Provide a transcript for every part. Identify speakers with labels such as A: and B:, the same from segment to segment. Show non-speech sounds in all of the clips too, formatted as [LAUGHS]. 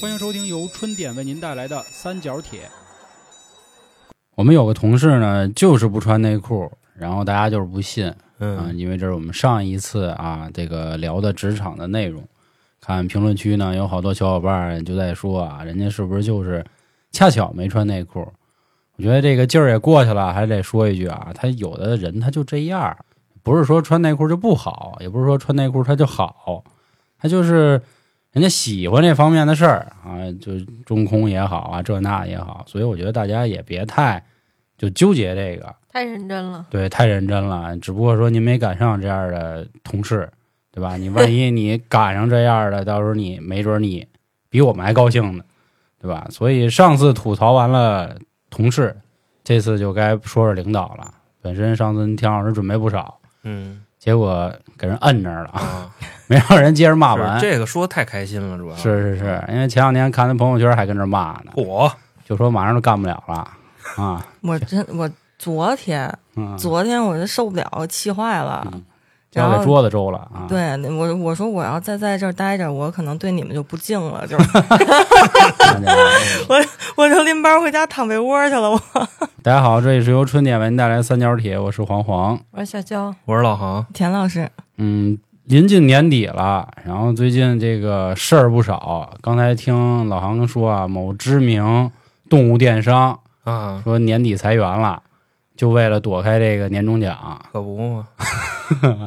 A: 欢迎收听由春点为您带来的《三角铁
B: 我们有个同事呢，就是不穿内裤，然后大家就是不信啊，
C: 嗯，
B: 因为这是我们上一次啊这个聊的职场的内容。看评论区呢，有好多小伙伴儿就在说啊，人家是不是就是恰巧没穿内裤？我觉得这个劲儿也过去了，还得说一句啊，他有的人他就这样儿，不是说穿内裤就不好，也不是说穿内裤他就好，他就是人家喜欢这方面的事儿啊，就中空也好啊，这那也好，所以我觉得大家也别太就纠结这个，
D: 太认真了。
B: 对，太认真了。只不过说您没赶上这样的同事，对吧？你万一你赶上这样的，到时候你没准你比我们还高兴呢，对吧？所以上次吐槽完了同事，这次就该说说领导了。本身上次田老师准备不少，
C: 嗯
B: 结果给人摁那儿了，
C: 啊，
B: [LAUGHS] 没让人接着骂完。
C: 是这个说太开心了，主要
B: 是是是，因为前两天看他朋友圈还跟这骂呢，
C: 我
B: 就说马上都干不了了啊。
D: 我真我昨天
B: 嗯，
D: 昨天我就受不了，气坏了。
B: 嗯
D: 然
B: 要给
D: 后
B: 桌子周了啊！
D: 对我我说我要再在这儿待着，我可能对你们就不敬了，就是
B: 看见了，
D: 我就拎包回家躺被窝去了。我
B: 大家好，这里是由春点为您带来的三角铁，我是黄黄。
D: 我说小娇，
C: 我是老航，
D: 田老师，
B: 嗯，临近年底了，然后最近这个事儿不少。刚才听老航说啊，某知名动物电商
C: 啊，
B: 说年底裁员了，就为了躲开这个年终奖。
C: 可不
B: [LAUGHS]
C: 嘛。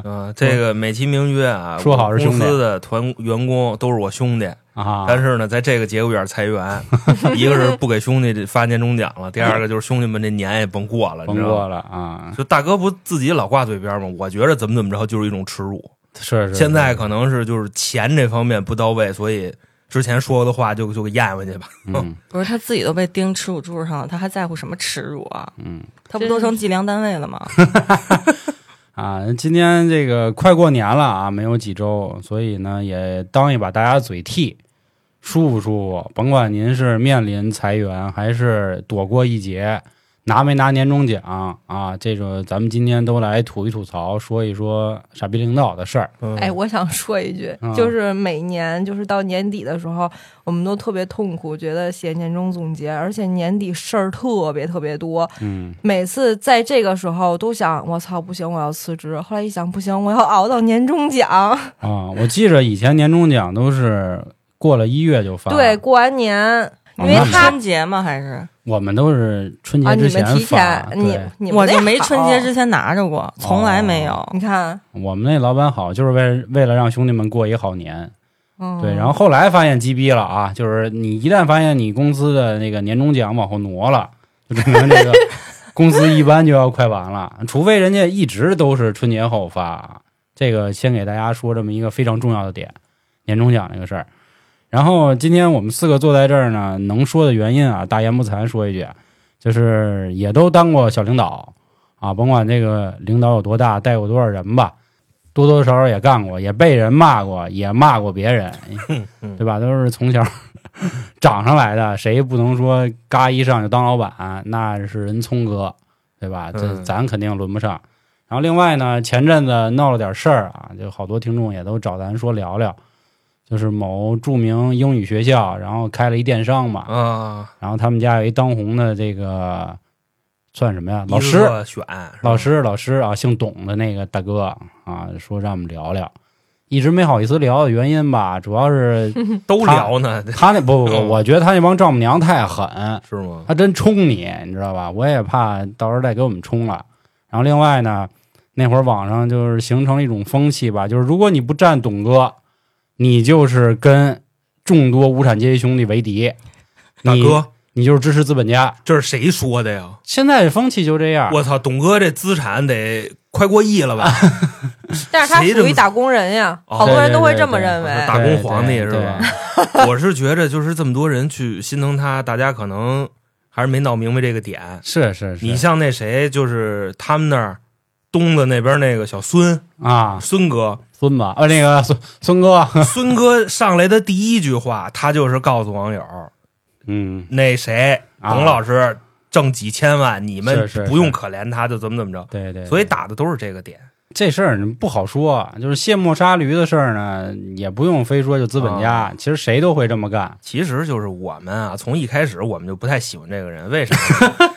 C: 啊，这个美其名曰啊，
B: 说好是兄弟
C: 我公司的团员工都是我兄弟，
B: 啊，
C: 但是呢，在这个节骨眼儿裁
B: [LAUGHS]
C: 员，一个是不给兄弟这发年终奖了，第二个就是兄弟们这年也甭过了，你
B: 甭
C: 知道吗？
B: 过了啊，
C: 就大哥不自己老挂嘴边吗？我觉着怎么怎么着就是一种耻辱。
B: 是是。
C: 现在可能是就是钱这方面不到位，所以之前说的话就就给咽回去吧。
B: 嗯
D: 不是他自己都被钉耻辱柱上了，他还在乎什么耻辱啊？
B: 嗯
D: 他不都成计量单位了吗？
B: 啊，今天这个快过年了啊，没有几周，所以呢也当一把大家嘴替，舒服舒服。甭管您是面临裁员，还是躲过一劫，拿没拿年终奖啊，这种咱们今天都来吐一吐槽，说一说傻逼领导的事儿。
C: 嗯
E: 哎，我想说一句
B: 嗯，
E: 就是每年就是到年底的时候，我们都特别痛苦，觉得写年终总结，而且年底事儿特别特别多。
B: 嗯，
E: 每次在这个时候都想，我操，不行，我要辞职。后来一想，不行，我要熬到年终奖。
B: 啊，我记着以前年终奖都是过了一月就发，
E: 对，过完年，
C: 哦
E: 因为
B: 那你
E: 他
D: 春节吗？还是
B: 我们都是春
E: 啊，
B: 节
E: 你
B: 之
E: 们提
B: 发，
E: 前，你
B: 对，
E: 你们
D: 我
E: 那
D: 就没
E: 好
D: 春节之前拿着
C: 哦
D: 过，从来没有。
E: 你看，
B: 我们那老板好，就是为为了让兄弟们过一好年。
E: 嗯，
B: 对，然后后来发现鸡逼了啊，就是你一旦发现你公司的那个年终奖往后挪了，就证明这个公司一般就要快完了，除非人家一直都是春节后发。这个先给大家说这么一个非常重要的点，年终奖这个事儿。然后今天我们四个坐在这儿呢，能说的原因啊，大言不惭说一句，就是也都当过小领导啊，甭管这个领导有多大，带过多少人吧，多多少少也干过，也被人骂过，也骂过别人，
C: 嗯
B: 对吧？都是
C: [LAUGHS]
B: 从小长上来的，谁不能说嘎一上就当老板？那是人聪哥，对吧？这
C: 嗯
B: 咱肯定轮不上。然后另外呢，前阵子闹了点事儿啊，就好多听众也都找咱说聊聊，就是某著名英语学校，然后开了一电商嘛，
C: 啊，
B: 然后他们家有一当红的这个算什么呀？老
C: 一
B: 师，
C: 个选
B: 老，师，老师啊，姓董的那个大哥啊，说让我们聊聊，一直没好意思聊的原因吧，主要
C: [LAUGHS]
B: 是
C: 是吧都聊呢，
B: 他那不不不，
C: 嗯
B: 我觉得他那帮丈母娘太狠，
C: 是吗？
B: 他真冲你，你知道吧？我也怕到时候再给我们冲了。然后另外呢，那会儿网上就是形成了一种风气吧，就是如果你不站董哥，你就是跟众多无产阶级兄弟为敌，
C: 大
B: 你
C: 哥，
B: 你就是支持资本家。
C: 这是谁说的呀？
B: 现在风气就这样，
C: 我操，董哥这资产得快过
B: [LAUGHS]
C: 亿了吧？
E: 但是他
C: 谁这
E: 属于
C: 么
E: 打工人呀，
C: 哦
E: 好多人都会这么
B: 对对对
E: 认为。
C: 打工皇帝
B: 对
C: 是吧？ [LAUGHS] 我是觉着就是这么多人去心疼他，大家可能还是没闹明白这个点。
B: 是是是，
C: 你像那谁，就是他们那儿东子那边那个小孙
B: 啊，
C: 孙
B: [LAUGHS]
C: 哥，
B: 孙子，呃，那个孙孙哥，
C: 孙哥上来的第一句话，他就是告诉网友，
B: 嗯，
C: 那谁
B: 啊
C: 董老师挣几千万，你们
B: 是是
C: 不用可怜他，就怎么怎么着。
B: 对对，
C: 所以打的都是这个点。
B: 这事儿不好说，就是卸磨杀驴的事儿呢，也不用非说就资本
C: 啊
B: 家，其实谁都会这么干。
C: 其实就是我们啊，从一开始我们就不太喜欢这个人，为什么呢？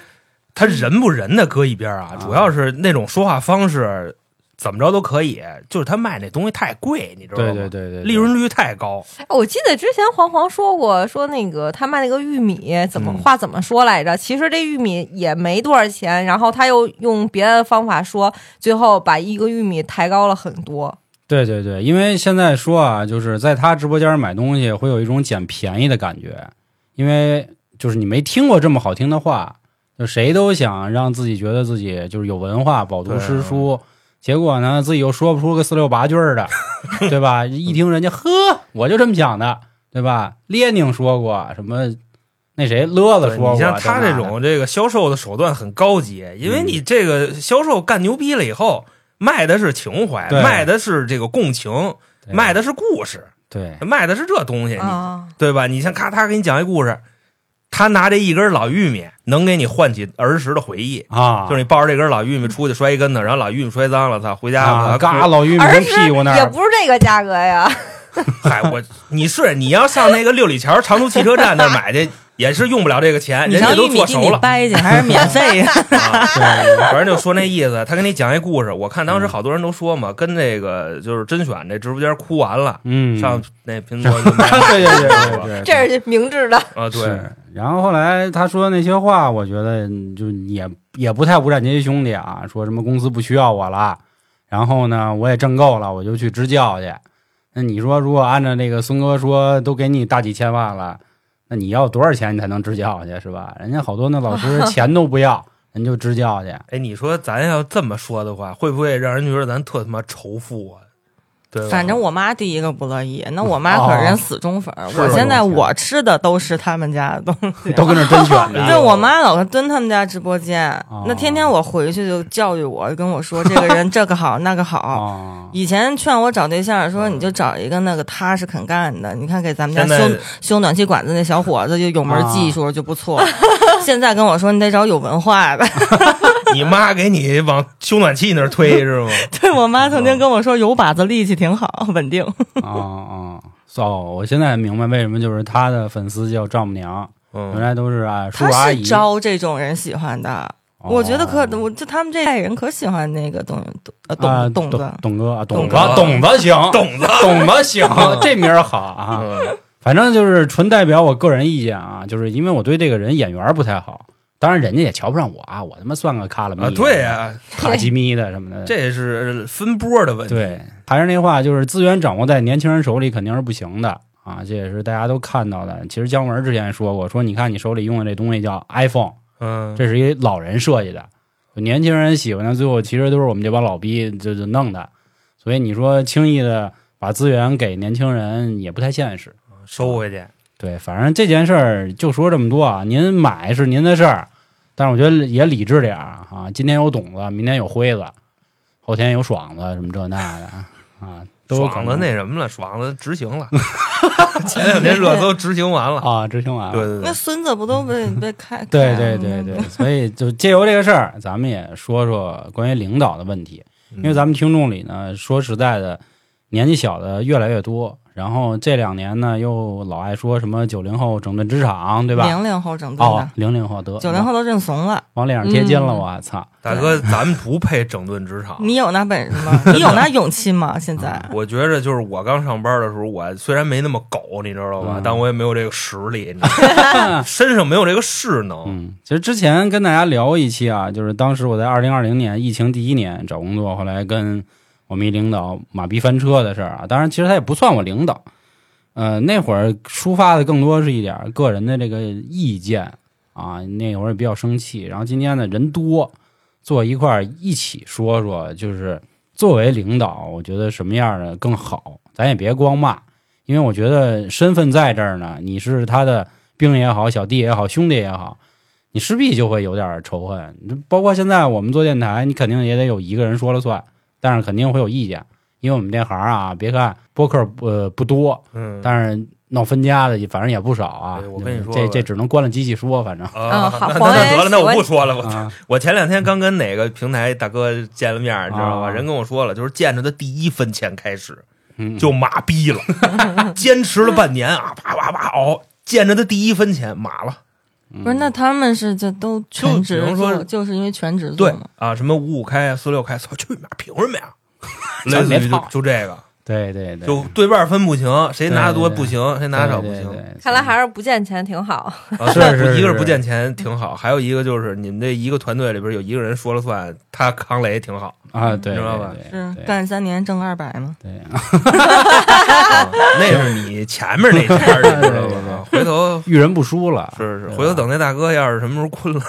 C: 他人不人的搁一边
B: 啊，
C: 啊主要是那种说话方式，怎么着都可以，就是他卖那东西太贵，你知道吗？
B: 对对对对，
C: 利润率太高，
E: 哎我记得之前黄黄说过，说那个他卖那个玉米怎么
C: 嗯
E: 话怎么说来着？其实这玉米也没多少钱，然后他又用别的方法说，最后把一个玉米抬高了很多。
B: 对对对，因为现在说啊，就是在他直播间买东西会有一种捡便宜的感觉，因为就是你没听过这么好听的话，就谁都想让自己觉得自己就是有文化，饱读
C: 啊
B: 诗书，结果呢自己又说不出个四六八句
C: [LAUGHS]
B: 儿的，对吧？一听人家呵，我就这么想的，对吧？列宁说过什么？那谁乐子
C: 对
B: 说过，
C: 你像
B: 这
C: 他
B: 那的嗯
C: 这种这个销售的手段很高级，因为你这个销售干牛逼了以后，卖的是情怀，
B: 对
C: 卖的是这个共情，
B: 对
C: 卖的是故事，
B: 对
C: 卖的是这东西，你
E: 啊，
C: 对吧？你像咔，他给你讲一故事，他拿这一根老玉米，能给你唤起儿时的回忆。
B: 啊，
C: 就是你抱着这根老玉米出去摔一跟头，然后老玉米摔脏了，操，回家
B: 啊，
C: 把它
B: 嘎
C: 哭
B: 老玉米
E: 儿
B: 从
E: 时
B: 屁股那
E: 也
B: 儿
E: 不是这个价格呀。
C: 嗨，
B: [LAUGHS]
C: 我你是你要上那个六里桥长途汽车站那
B: [LAUGHS]
C: 儿买去，也是用不了这个钱，
D: 你
C: 人家
D: 上
C: 都
D: 玉米
C: 做
D: 地
C: 熟
D: 里
C: 了。
D: 掰去，还是免费的？
C: 啊
B: 对
C: 反正就说那意思，他给你讲一故事。我看
B: 嗯
C: 当时好多人都说嘛，跟那个就是甄选这直播间哭完了，
B: 嗯，
C: 上那拼多多卖
B: [LAUGHS] 对对对对对，
E: 这是明智的，
C: 啊，对
B: 是，然后后来他说那些话，我觉得嗯就也也不太无产阶级兄弟啊，说什么公司不需要我了，然后呢，我也挣够了，我就去支教去。那你说，如果按照那个孙哥说，都给你大几千万了，那你要多少钱你才能支教去，是吧？人家好多那老
D: [LAUGHS]
B: 师钱都不要，人就支教去。
C: 哎，你说咱要这么说的话，会不会让人觉得咱特他妈仇富啊？ [LAUGHS] 对吧，
D: [LAUGHS]
C: 哦
D: 反正我妈第一个不乐意，那我妈可是人死忠粉儿。
C: 是
D: 我现在我吃的都是他们家的东西，
B: 都跟那儿甄选呢。
D: [LAUGHS] 对我妈老蹲他们家直播间，那天天我回去就教育我，跟我说这个人这个好那个好。
B: 啊，
D: 以前劝我找对象，说你就找一个那个踏实肯干的。你看给咱们家
C: 现在
D: 修修暖气管子那小伙子，就有门技术就不错。现在跟我说你得找有文化的。
C: [LAUGHS] 你妈给你往修暖气那儿推是吗？
D: 对我妈曾经跟我说有把子力气挺好，稳定。
B: 啊啊！哦，我现在明白为什么就是他的粉丝叫丈母娘，原
C: 嗯，
B: 来都是啊叔叔
D: 她
B: 阿
D: 是
B: 姨。
D: 招这种人喜欢的。我觉得可，
B: 哦
D: 我就他们这代人可喜欢那个董董呃
B: 啊，
D: 董董
B: 董
D: 子。
B: 董哥啊，
C: 董
B: 董哥，
C: 哥
B: 董子行，
C: 懂的。
B: 董
C: [LAUGHS]
B: 子行，这名儿好啊。
C: 嗯
B: 反正就是纯代表我个人意见啊，就是因为我对这个人眼缘不太好，当然人家也瞧不上我啊，我他妈算个卡拉米
C: 啊，对，呀，
B: 卡基咪的什么的，
C: 这是分波的问题。
B: 对，还是那话，就是资源掌握在年轻人手里肯定是不行的啊，这也是大家都看到的。其实姜文之前也说过，说你看你手里用的这东西叫 iPhone，
C: 嗯，
B: 这是一老人设计的，年轻人喜欢的，最后其实都是我们这帮老逼就就弄的。所以你说轻易的把资源给年轻人也不太现实。
C: 收回去。
B: 对，反正这件事儿就说这么多啊，您买是您的事儿，但是我觉得也理智点儿啊。今天有董子，明天有辉子，后天有爽子，什么这那的啊，都有可
C: 爽子
B: 能
C: 那什么了，爽子执行了， [LAUGHS] 前两天热搜执行完了。
B: 啊，执行完了
C: 对。对
D: 那
C: 对，
D: 孙子不都被被开？
B: 对
D: 开
B: 对
D: 了
B: 对
D: 吗
B: 对，所以就借由这个事儿，咱们也说说关于领导的问题。
C: 嗯
B: 因为咱们听众里呢，说实在的，年纪小的越来越多，然后这两年呢，又老爱说什么九零后整顿职场，对吧？
D: 零零后整顿
B: 哦
D: 的，，
B: 零零后得
D: 九零后都认怂了。
B: 往脸上贴金了，
E: 嗯
B: 我操！
C: 大哥，咱们不配整顿职
D: [LAUGHS]
C: 场。
D: 你有那本事吗？你有那勇气吗？现在
C: 我觉着就是我刚上班的时候，我虽然没那么狗，你知道吧
B: 嗯，
C: 但我也没有这个实力，你知道 [LAUGHS] 吗身上没有这个势能。
B: 嗯，其实之前跟大家聊过一期啊，就是当时我在二零二零年疫情第一年找工作，后来跟我们一领导马逼翻车的事儿啊。当然，其实他也不算我领导，呃，那会儿抒发的更多是一点儿个人的这个意见啊。那会儿也比较生气，然后今天呢人多，坐一块儿一起说说，就是作为领导，我觉得什么样的更好，咱也别光骂，因为我觉得身份在这儿呢，你是他的兵也好，小弟也好，兄弟也好。你势必就会有点仇恨。包括现在我们做电台，你肯定也得有一个人说了算，但是肯定会有意见，因为我们这行啊，别看播客呃不多，
C: 嗯，
B: 但是闹分家的，反正也不少啊
C: 对。我跟你说
B: 这这只能关了机器说，反正
C: 啊，
E: 嗯好
C: 那
E: 黄
C: 那
E: 爷
C: 得了，那
E: 喜
C: 我
E: 欢
C: 不说了。我
B: 啊，
C: 我前两天刚跟哪个平台大哥见了面儿，你知道吧？
B: 啊
C: 人跟我说了，就是见着他第一分钱开始
B: 嗯
C: 就麻痹
E: [LAUGHS]
C: 了，坚持了半年啊，啪啪啪熬，见着他第一分钱麻了。
B: 嗯
D: 不是，那他们是这都全职
C: 就比如
D: 做，
C: 说
D: 就是因为全职做
E: 嗯
C: 对
D: 嘛。
C: 啊，什么五五开、四六开，操，去你妈，凭什么呀？ [LAUGHS] 类
B: 咱
C: 似
B: 别
C: 于就
B: 套
C: 就这个，
B: 对对对，
C: 就对半分不行，谁拿的多
B: 对对
C: 不行，谁拿的少不
B: 对对
C: 行。
B: 对
E: 看来还是不见钱挺好。 [LAUGHS]
C: 啊，
B: 是
C: 对
B: 是
C: 一个
B: 是
C: 是不见钱挺好，还有一个就是你们这一个团队里边有一个人说了算，他扛雷
B: [LAUGHS]
C: 挺好。
B: 啊，对，
C: 嗯知道吧
B: 对
D: 是
B: 对
D: 干三年挣二百嘛？
B: 对，
C: 啊那是你前面那茬儿，你知道
B: [LAUGHS] 对对
C: 吧？回头
B: 遇人不淑了。
C: 是是，
B: 对吧
C: 回头等那大哥要是什么时候
B: [LAUGHS]
C: 困了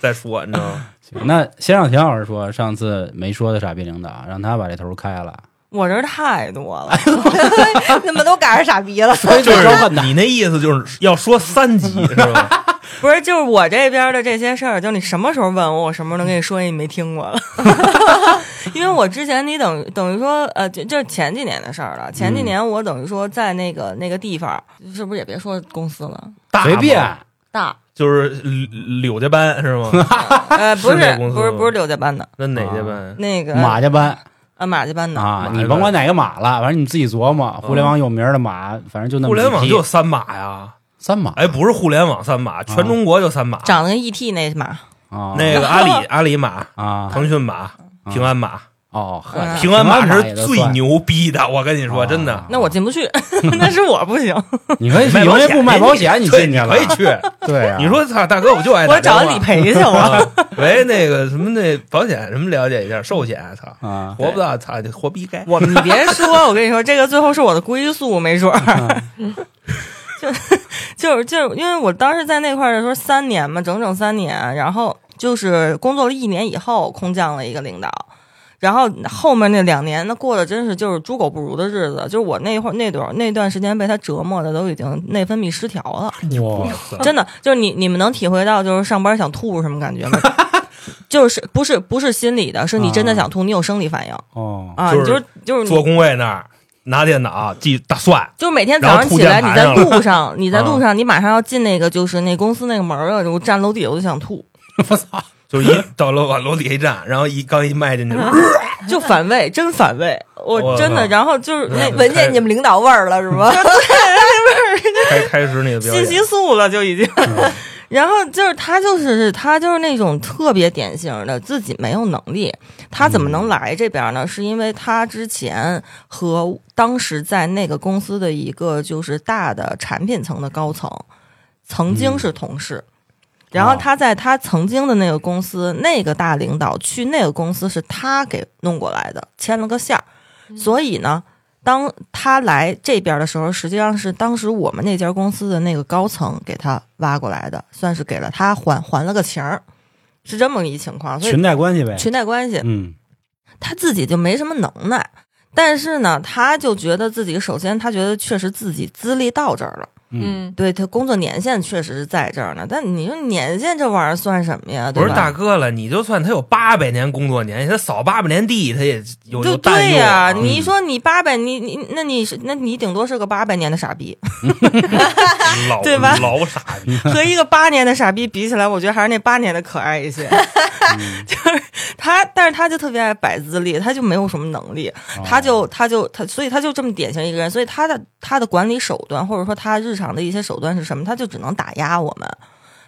C: 再说，你知道吗？
B: 行那先让田老师说，上次没说的傻逼领导，让他把这头开了。
D: 我人太多了，
E: 你们都赶上傻
B: [LAUGHS]
E: 逼了，
C: 就是你那意思就是要说三级是
B: [LAUGHS]
C: 吧？
D: 不是，就是我这边的这些事儿，就你什么时候问我，我什么时候能跟你说你没听过了。因为我之前你等等于说，呃，这这是前几年的事儿了。前几年我等于说在那个那个地方，是不是也别说公司了？
C: 大
B: 随
C: 吗
B: 便，
D: 大，
C: 就是柳柳家班是
B: [LAUGHS]
C: 吗？
D: 呃，不
C: 是
D: 是
C: 这公，司
D: 不是，
C: 吗
D: 不是刘家班的，
C: 那哪家
B: 啊
C: 班？
D: 那个
B: 马家班
D: 啊马家班的，
B: 啊，
C: 马
B: 你
C: 家
B: 甭
C: 班
B: 管哪个马了，反正你自己琢磨。互联网有名的马，反正就那么
C: 互联网
B: 几批
C: 就三马呀？
B: 三马
C: 哎，不是互联网三马，全中国就三马。
D: 长得跟 ET 那马，
B: 啊，
C: 那个阿里阿里马、
B: 啊
C: 腾讯马、
B: 啊
C: 平安马，
B: 哦，呵
D: 嗯哦
C: 平安马
B: 也
C: 是
B: 都
C: 最
B: 算。啊
C: 牛逼的，我跟你说，真的。
D: 那我进不去， [LAUGHS] 那是我不行。
B: 你可以去
C: 卖保
B: 营业
C: 险哎
B: 部卖保险，你
C: 对
B: 进去了
C: 可以去。
B: 对啊，
C: 你说操，大哥，我就爱打
D: 我找
C: 电话
D: 理赔去，我 [LAUGHS]
C: 啊， [LAUGHS] 喂，那个什么，那保险什么了解一下，寿险，操，
B: 啊，
C: 活不到，操，你活逼该。
D: 我你别说，我跟你说，这个最后是我的归宿，没准儿。 [LAUGHS] 就就是就是因为我当时在那块儿的时候三年嘛，整整三年，然后就是工作了一年以后空降了一个领导，然后后面那两年那过得真是就是猪狗不如的日子，就是我那会儿那段那段时间被他折磨的都已经内分泌失调了。
B: 哎哇，
D: [LAUGHS] 真的就是你你们能体会到就是上班想吐是什么感觉吗？ [LAUGHS] 就是不是不是心理的，是你真的想吐，你有生理反应
B: 哦，
D: 啊！
C: 啊就
D: 你
C: 是
D: 就是就是
C: 坐
D: 你
C: 工位那儿拿电脑记大蒜，
D: 就是每天早上起来，
C: 然后
D: 你
C: 吐
D: 在
C: 键盘上啊
D: 路上，你在路上，你马上要进那个就是那公司那个门儿了，我站楼底下我就想吐，
C: 就是一到楼往楼底下一站，然后一刚一迈
B: [LAUGHS]
C: 进去，呃
D: 就反胃，真反胃，我
C: 我
D: 真的。
C: 靠
D: 然后就是那
C: 嗯
E: 闻见你们领导味儿了是吧？
C: 开开始你的表
D: 信息
C: 演，嗯
D: 素了就已经。 [LAUGHS] 然后就是他，就是他，就是那种特别典型的自己没有能力，他怎么
C: 嗯
D: 能来这边呢？是因为他之前和当时在那个公司的一个就是大的产品层的高层，曾经
C: 嗯
D: 是同事。然
C: 哦
D: 后他在他曾经的那个公司，那个大领导去那个公司是他给弄过来的，牵了个线儿。所以呢，当他来这边的时候，实际上是当时我们那家公司的那个高层给他挖过来的，算是给了他还还了个情儿，是这么一情况。所以
B: 裙带关系呗，
D: 裙带关系，
B: 嗯，
D: 他自己就没什么能耐。但是呢，他就觉得自己，首先他觉得确实自己资历到这儿了，
B: 嗯，
D: 对他工作年限确实是在这儿呢。但你说年限这玩意儿算什么呀？
C: 不
D: 对
C: 是
D: 吧？
C: 大哥了，你就算他有八百年工作年，他扫八百年地，他也有
D: 就
C: 有担
D: 对
C: 忧
D: 呀、
C: 啊
D: 你一说你八百，你你那你是那你顶多是个八百年的傻逼，
C: 老
D: 对吧
C: 老傻逼，
D: 和一个八年的傻逼比起来，我觉得还是那八年的可爱一些。 [LAUGHS] 就是他，但是他就特别爱摆资历，他就没有什么能力，
B: 哦
D: 他就他就他，所以他就这么典型一个人。所以他的他的管理手段，或者说他日常的一些手段是什么，他就只能打压我们，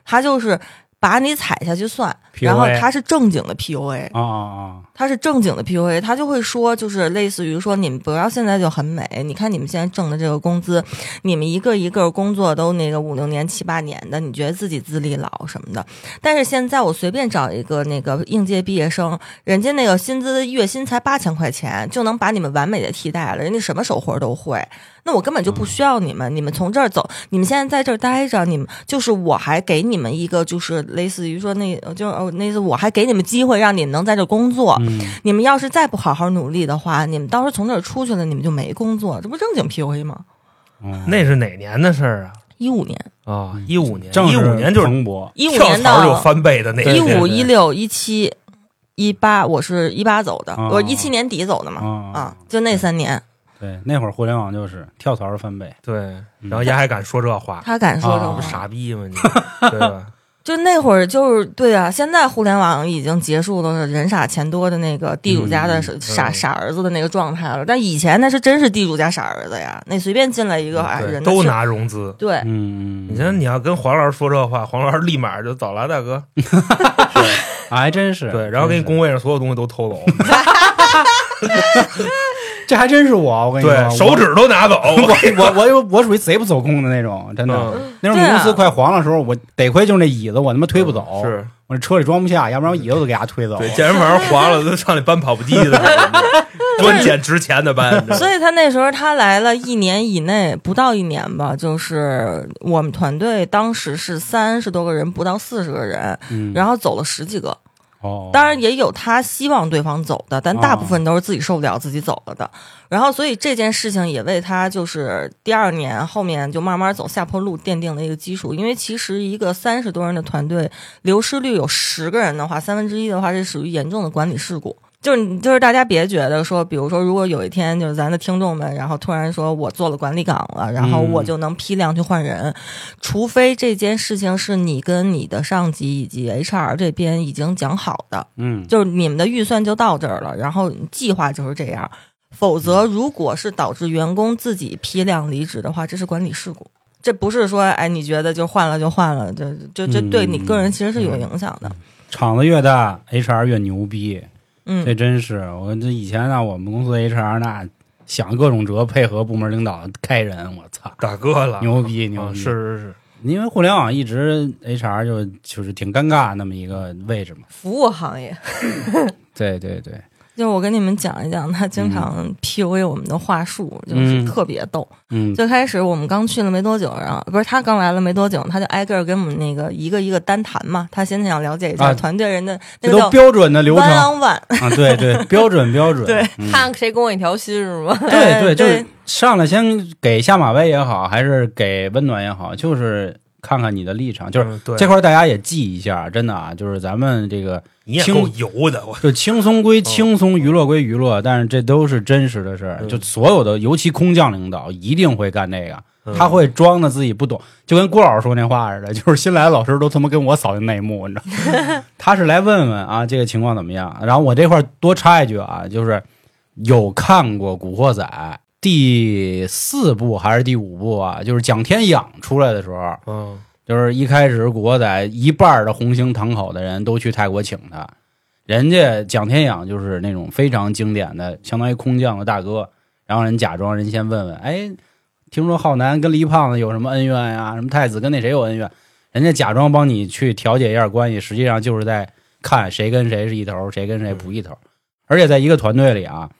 D: 他就是。把你踩下去算，然后
B: PUA
D: 他是正经的 PUA，
B: 啊啊
D: 他是正经的 PUA，他就会说，就是类似于说，你们不要现在就很美，你看你们现在挣的这个工资，你们一个一个工作都那个五六年、七八年的，你觉得自己资历老什么的。但是现在我随便找一个那个应届毕业生，人家那个薪资月薪才八千块钱，就能把你们完美的替代了，人家什么手活都会。那我根本就不需要你们，你们从这儿走，你们现在在这儿待着，你们就是我还给你们一个就是类似于说那就是哦那意思，我还给你们机会让你们能在这儿工作。
B: 嗯
D: 你们要是再不好好努力的话，你们到时候从这儿出去了，你们就没工作，这不正经 PUA 吗？
B: 嗯，
C: 那是哪年的事儿啊？
D: 一五年、
C: 啊，一五年，
B: 正
C: 一五年就是
B: 蓬勃，
D: 一五
C: 跳
D: 年
C: 槽就
D: 到
C: 翻倍的那
D: 一
C: 年
D: 五、
B: 对
D: 一六、一七、一八，我是一八走的，
B: 哦
C: 啊
D: 我一七年底走的嘛，啊
B: 哦
D: 啊，就那三年。
B: 对，那会儿互联网就是跳槽的翻倍，
C: 对，
B: 嗯
C: 然后丫还敢说这话，
D: 他敢说这种
B: 啊
C: 不
D: 话，
C: 傻逼
D: [LAUGHS]
C: 吗你？对吧？
D: 就那会儿就是对啊，现在互联网已经结束了人傻钱多的那个地主家的傻、傻
C: 嗯
D: 傻儿子的那个状态了。但以前那是真是地主家傻儿子呀，那随便进来一个哎
C: 嗯对
D: 人
C: 都
D: 是
C: 拿融资。
D: 对，
B: 嗯，嗯
C: 你像你要跟黄老师说这话，黄老师立马就走了，大哥。
B: 啊还真是
C: 对，然后给你
B: 真是
C: 工位上所有东西都偷走，
B: 这还真是我，我跟你说，
C: 对手指都拿
B: [LAUGHS]
C: 走。
B: 我我我有我属于贼不走空的那种，真的。
C: 嗯
B: 那时候我
D: 啊
B: 们公司快黄的时候，我得亏就那椅子我他妈推不走，
C: 嗯是
B: 我这车里装不下，要不然我椅子都给它推走。
C: 对健身房黄了都上去搬跑步机去了，
D: [LAUGHS]
C: 专捡值钱的搬。
B: [LAUGHS]
D: 所以他那时候他来了一年以内，不到一年吧，就是我们团队当时是三十多个人，不到四十个人，
B: 嗯，
D: 然后走了十几个。
B: 哦，
D: 当然也有他希望对方走的，但大部分都是自己受不了自己走了的。然后，所以这件事情也为他就是第二年后面就慢慢走下坡路奠定了一个基础。因为其实一个三十多人的团队流失率有十个人的话，三分之一的话，这属于严重的管理事故。就是你就是大家别觉得说，比如说，如果有一天就是咱的听众们，然后突然说我做了管理岗了，然后
B: 嗯
D: 我就能批量去换人，除非这件事情是你跟你的上级以及 HR 这边已经讲好的，
B: 嗯，
D: 就是你们的预算就到这儿了，然后计划就是这样。否则，如果是导致员工自己批量离职的话，这是管理事故。这不是说，哎，你觉得就换了就换了，这这这
B: 嗯
D: 对你个人其实是有影响的。
B: 厂子越大，HR 越牛逼，
D: 嗯，
B: 这真是我这以前呢，我们公司 HR 那想各种辙配合部门领导开人，我操，
C: 大哥了，
B: 牛逼牛
C: 啊
B: 逼！
C: 是是是，
B: 因为互联网一直 HR 就就是挺尴尬那么一个位置嘛。
E: 服务行业，
B: 对对对，
D: 就是我跟你们讲一讲，他经常 PUA 我们的话术，就是
B: 嗯
D: 特别逗。
B: 嗯，
D: 最开始我们刚去了没多久，然后不是他刚来了没多久，他就挨个儿跟我们那个一个一个单谈嘛。他先想了解一下
B: 啊
D: 团队人的那
B: 这
D: 个
B: 都
D: 叫
B: 标准的流程
D: one on one，
B: 啊，对对，标准标准，
D: [LAUGHS] 对
B: 嗯
E: 看看谁跟我一条心是吗？
C: [LAUGHS]
D: 哎
B: 对对，就
D: 对
B: 是上来先给下马威也好，还是给温暖也好，就是看看你的立场。就是
C: 嗯对
B: 这块儿大家也记一下，真的啊，就是咱们这个
C: 你也
B: 轻
C: 够油的，我
B: 就轻松归
C: 哦
B: 轻松，娱乐归娱乐，但是这都是真实的事儿。
C: 嗯
B: 就所有的，尤其空降领导一定会干这个，
C: 嗯
B: 他会装的自己不懂，就跟郭老师说那话似的， [LAUGHS] 就是新来的老师都他妈跟我扫的内幕，你知道吗？他是来问问啊这个情况怎么样。然后我这块儿多插一句啊，就是有看过《古惑仔》第四部还是第五部啊？就是蒋天养出来的时候，
C: 嗯，
B: 就是一开始《古惑仔》一半儿的红星堂口的人都去泰国请他，人家蒋天养就是那种非常经典的，相当于空降的大哥，然后人假装人先问问，哎，听说浩南跟黎胖子有什么恩怨呀、什么太子跟那谁有恩怨？人家假装帮你去调解一下关系，实际上就是在看谁跟谁是一头，谁跟谁不一头。而且在一个团队里啊，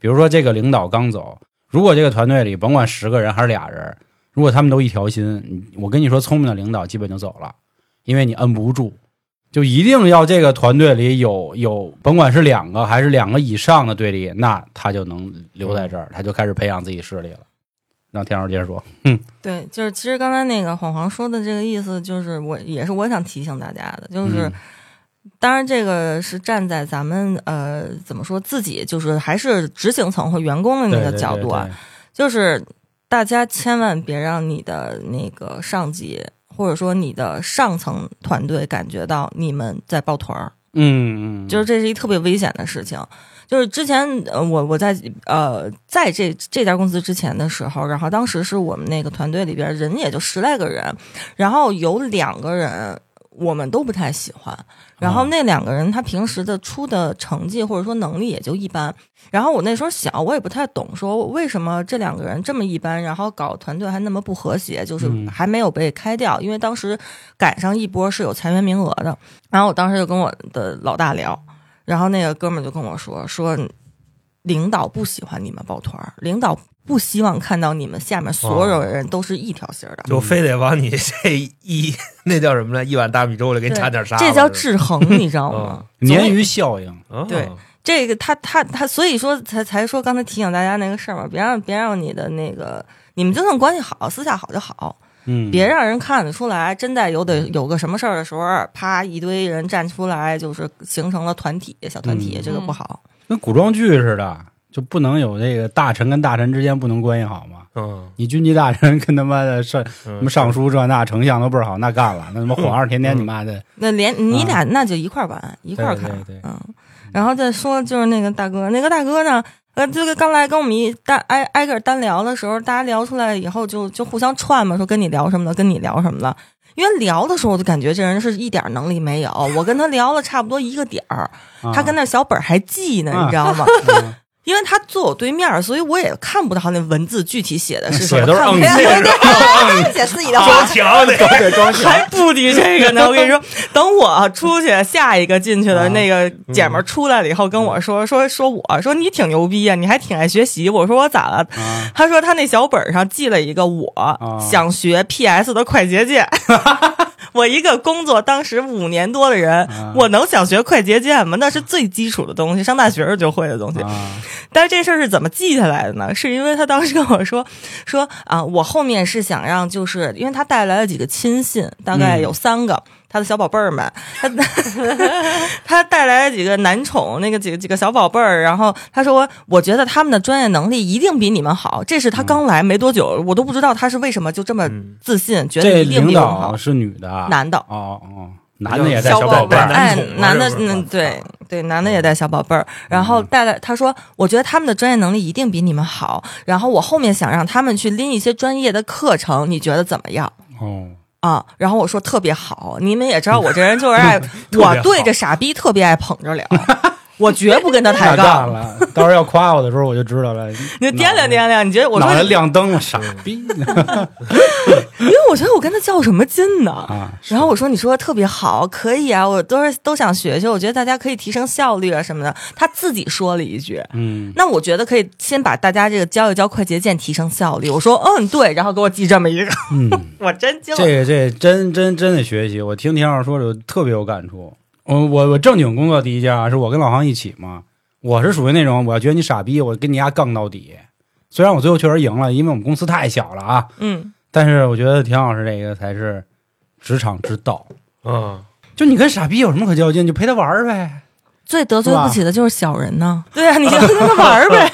B: 比如说这个领导刚走，如果这个团队里甭管十个人还是俩人，如果他们都一条心，你我跟你说，聪明的领导基本就走了，因为你摁不住，就一定要这个团队里有有，甭管是两个还是两个以上的对立，那他就能留在
D: 嗯
B: 这儿，他就开始培养自己势力了。让天老师接着说，
D: 对，就是其实刚才那个黄黄说的这个意思，就是我也是我想提醒大家的，就是、
B: 嗯
D: 当然这个是站在咱们呃怎么说自己就是还是执行层和员工的那
B: 对
D: 个角度啊，，就是大家千万别让你的那个上级或者说你的上层团队感觉到你们在抱团儿。
B: 对对嗯嗯，
D: 就是这是一特别危险的事情。就是之前呃，我我在呃在这这家公司之前的时候，然后当时是我们那个团队里边人也就十来个人，然后有两个人我们都不太喜欢，然
B: 啊
D: 后那两个人他平时的出的成绩或者说能力也就一般。然后我那时候小，我也不太懂，说为什么这两个人这么一般，然后搞团队还那么不和谐，就是
B: 嗯
D: 还没有被开掉，因为当时赶上一波是有裁员名额的。然后我当时就跟我的老大聊，然后那个哥们儿就跟我说说，领导不喜欢你们抱团儿，领导不希望看到你们下面所有人都是一条心
B: 嗯
D: 儿的。
C: 就非得往你这一那叫什么来，一碗大米粥里给你掺点沙子，
D: 这叫制衡，你知道吗？
B: 鲶鱼效应，
C: 嗯。啊
D: 对 [LAUGHS] 这个他他他，所以说才才说刚才提醒大家那个事儿嘛，别让别让你的那个，你们就算关系好，私下好就好，
B: 嗯，
D: 别让人看得出来。真在有得有个什么事儿的时候，啪一堆人站出来，就是形成了团体小团体，
B: 嗯
D: 这个不好。
B: 跟古装剧似的，就不能有这个大臣跟大臣之间不能关系好吗？
C: 嗯，
B: 你军机大臣跟他妈的上什
C: 什
B: 么尚书这那丞相都倍儿好，那干了，那他妈皇上天天你妈的，
D: 那连你俩那就一块儿玩，一块儿看
B: 嗯对，对对
D: 嗯。然后再说就是那个大哥，那个大哥呢，呃，这个刚来跟我们一单挨挨个儿单聊的时候，大家聊出来以后就就互相串嘛，说跟你聊什么的，跟你聊什么的。因为聊的时候我就感觉这人是一点儿能力没有，我跟他聊了差不多一个点儿，
B: 啊
D: 他跟那小本儿还记呢，
B: 啊
D: 你知道吗？ [LAUGHS]
B: [LAUGHS] 嗯
D: 因为他坐我对面儿，所以我也看不到他那文字具体写的是什
B: 写
D: 么，
B: 都是
D: 看不
B: 嗯
D: 见
B: 字是吧？
E: 写自己的话，
C: 装墙的，
B: 对装 [LAUGHS] 修
D: [LAUGHS] 还不敌这个呢！我跟你说，等我啊出去下一个进去的那个姐们儿出来了以后，跟我说说说我说你挺牛逼呀、你还挺爱学习。我说我咋了？
B: 啊，
D: 他说他那小本儿上记了一个我、想学 PS 的快捷键。 [LAUGHS] 我一个工作当时五年多的人，
B: 啊
D: 我能想学快捷键吗？那是最基础的东西，上大学时候就会的东西。
B: 啊
D: 但是这事儿是怎么记下来的呢？是因为他当时跟我说说啊，我后面是想让，就是因为他带来了几个亲信，大
B: 嗯
D: 概有三个。他的小宝贝儿们，他 [LAUGHS] 他带来了几个男宠，那个几个几个小宝贝儿，然后他说我我觉得他们的专业能力一定比你们好，这是他刚来没多久，我都不知道他是为什么就这么
C: 嗯
D: 自信，觉得
B: 这
D: 一定
B: 领
D: 比我们好
B: 导。是女的，
D: 男的，
B: 哦哦，男的也带
E: 小
B: 小宝
E: 宝贝
B: 贝
E: 儿
B: 儿，
D: 哎
C: 男宠，嘛啊
D: 男的
C: 这，不是
D: 嗯，对对，男的也带小宝贝儿，然后
C: 嗯
D: 带来，他说，我觉得他们的专业能力一定比你们好，然后我后面想让他们去拎一些专业的课程，你觉得怎么样？
B: 哦，
D: 啊，然后我说特别好，你们也知道我这人就是
C: [LAUGHS]
D: 爱，
C: 别好
D: 我对着傻逼特别爱捧
C: [LAUGHS]
D: 着聊，我绝不跟他抬
B: [LAUGHS] 太
D: 杠
B: 干。了。到时候要夸我的时候，我就知道了。
D: 你掂量掂量，你觉得我
B: 脑
D: 说
B: 袋
D: 你，
B: 亮灯了，傻逼
D: 因为我觉得我跟他较什么劲呢？
B: [LAUGHS] 啊！
D: 然后我说：“你说的特别好，可以啊，我都是都想学学，我觉得大家可以提升效率啊什么的。”他自己说了一句，
B: 嗯，
D: 那我觉得可以先把大家这个教一教快捷键，提升效率。我说嗯对，然后给我记这么一个，
B: 嗯，
D: 我真惊了。
B: 这个这真真真得学习。我听田老师说的，我特别有感触。我我我正经工作第一家啊，是我跟老航一起嘛。我是属于那种，我要觉得你傻逼，我跟你丫杠到底。虽然我最后确实赢了，因为我们公司太小了啊，
D: 嗯，
B: 但是我觉得田老师这个才是职场之道。
C: 嗯，
B: 就你跟傻逼有什么可较劲？你就陪他玩儿呗。
D: [LAUGHS] 最得
B: 罪不起
D: 的就是小人呢。对啊，你就跟他玩儿呗。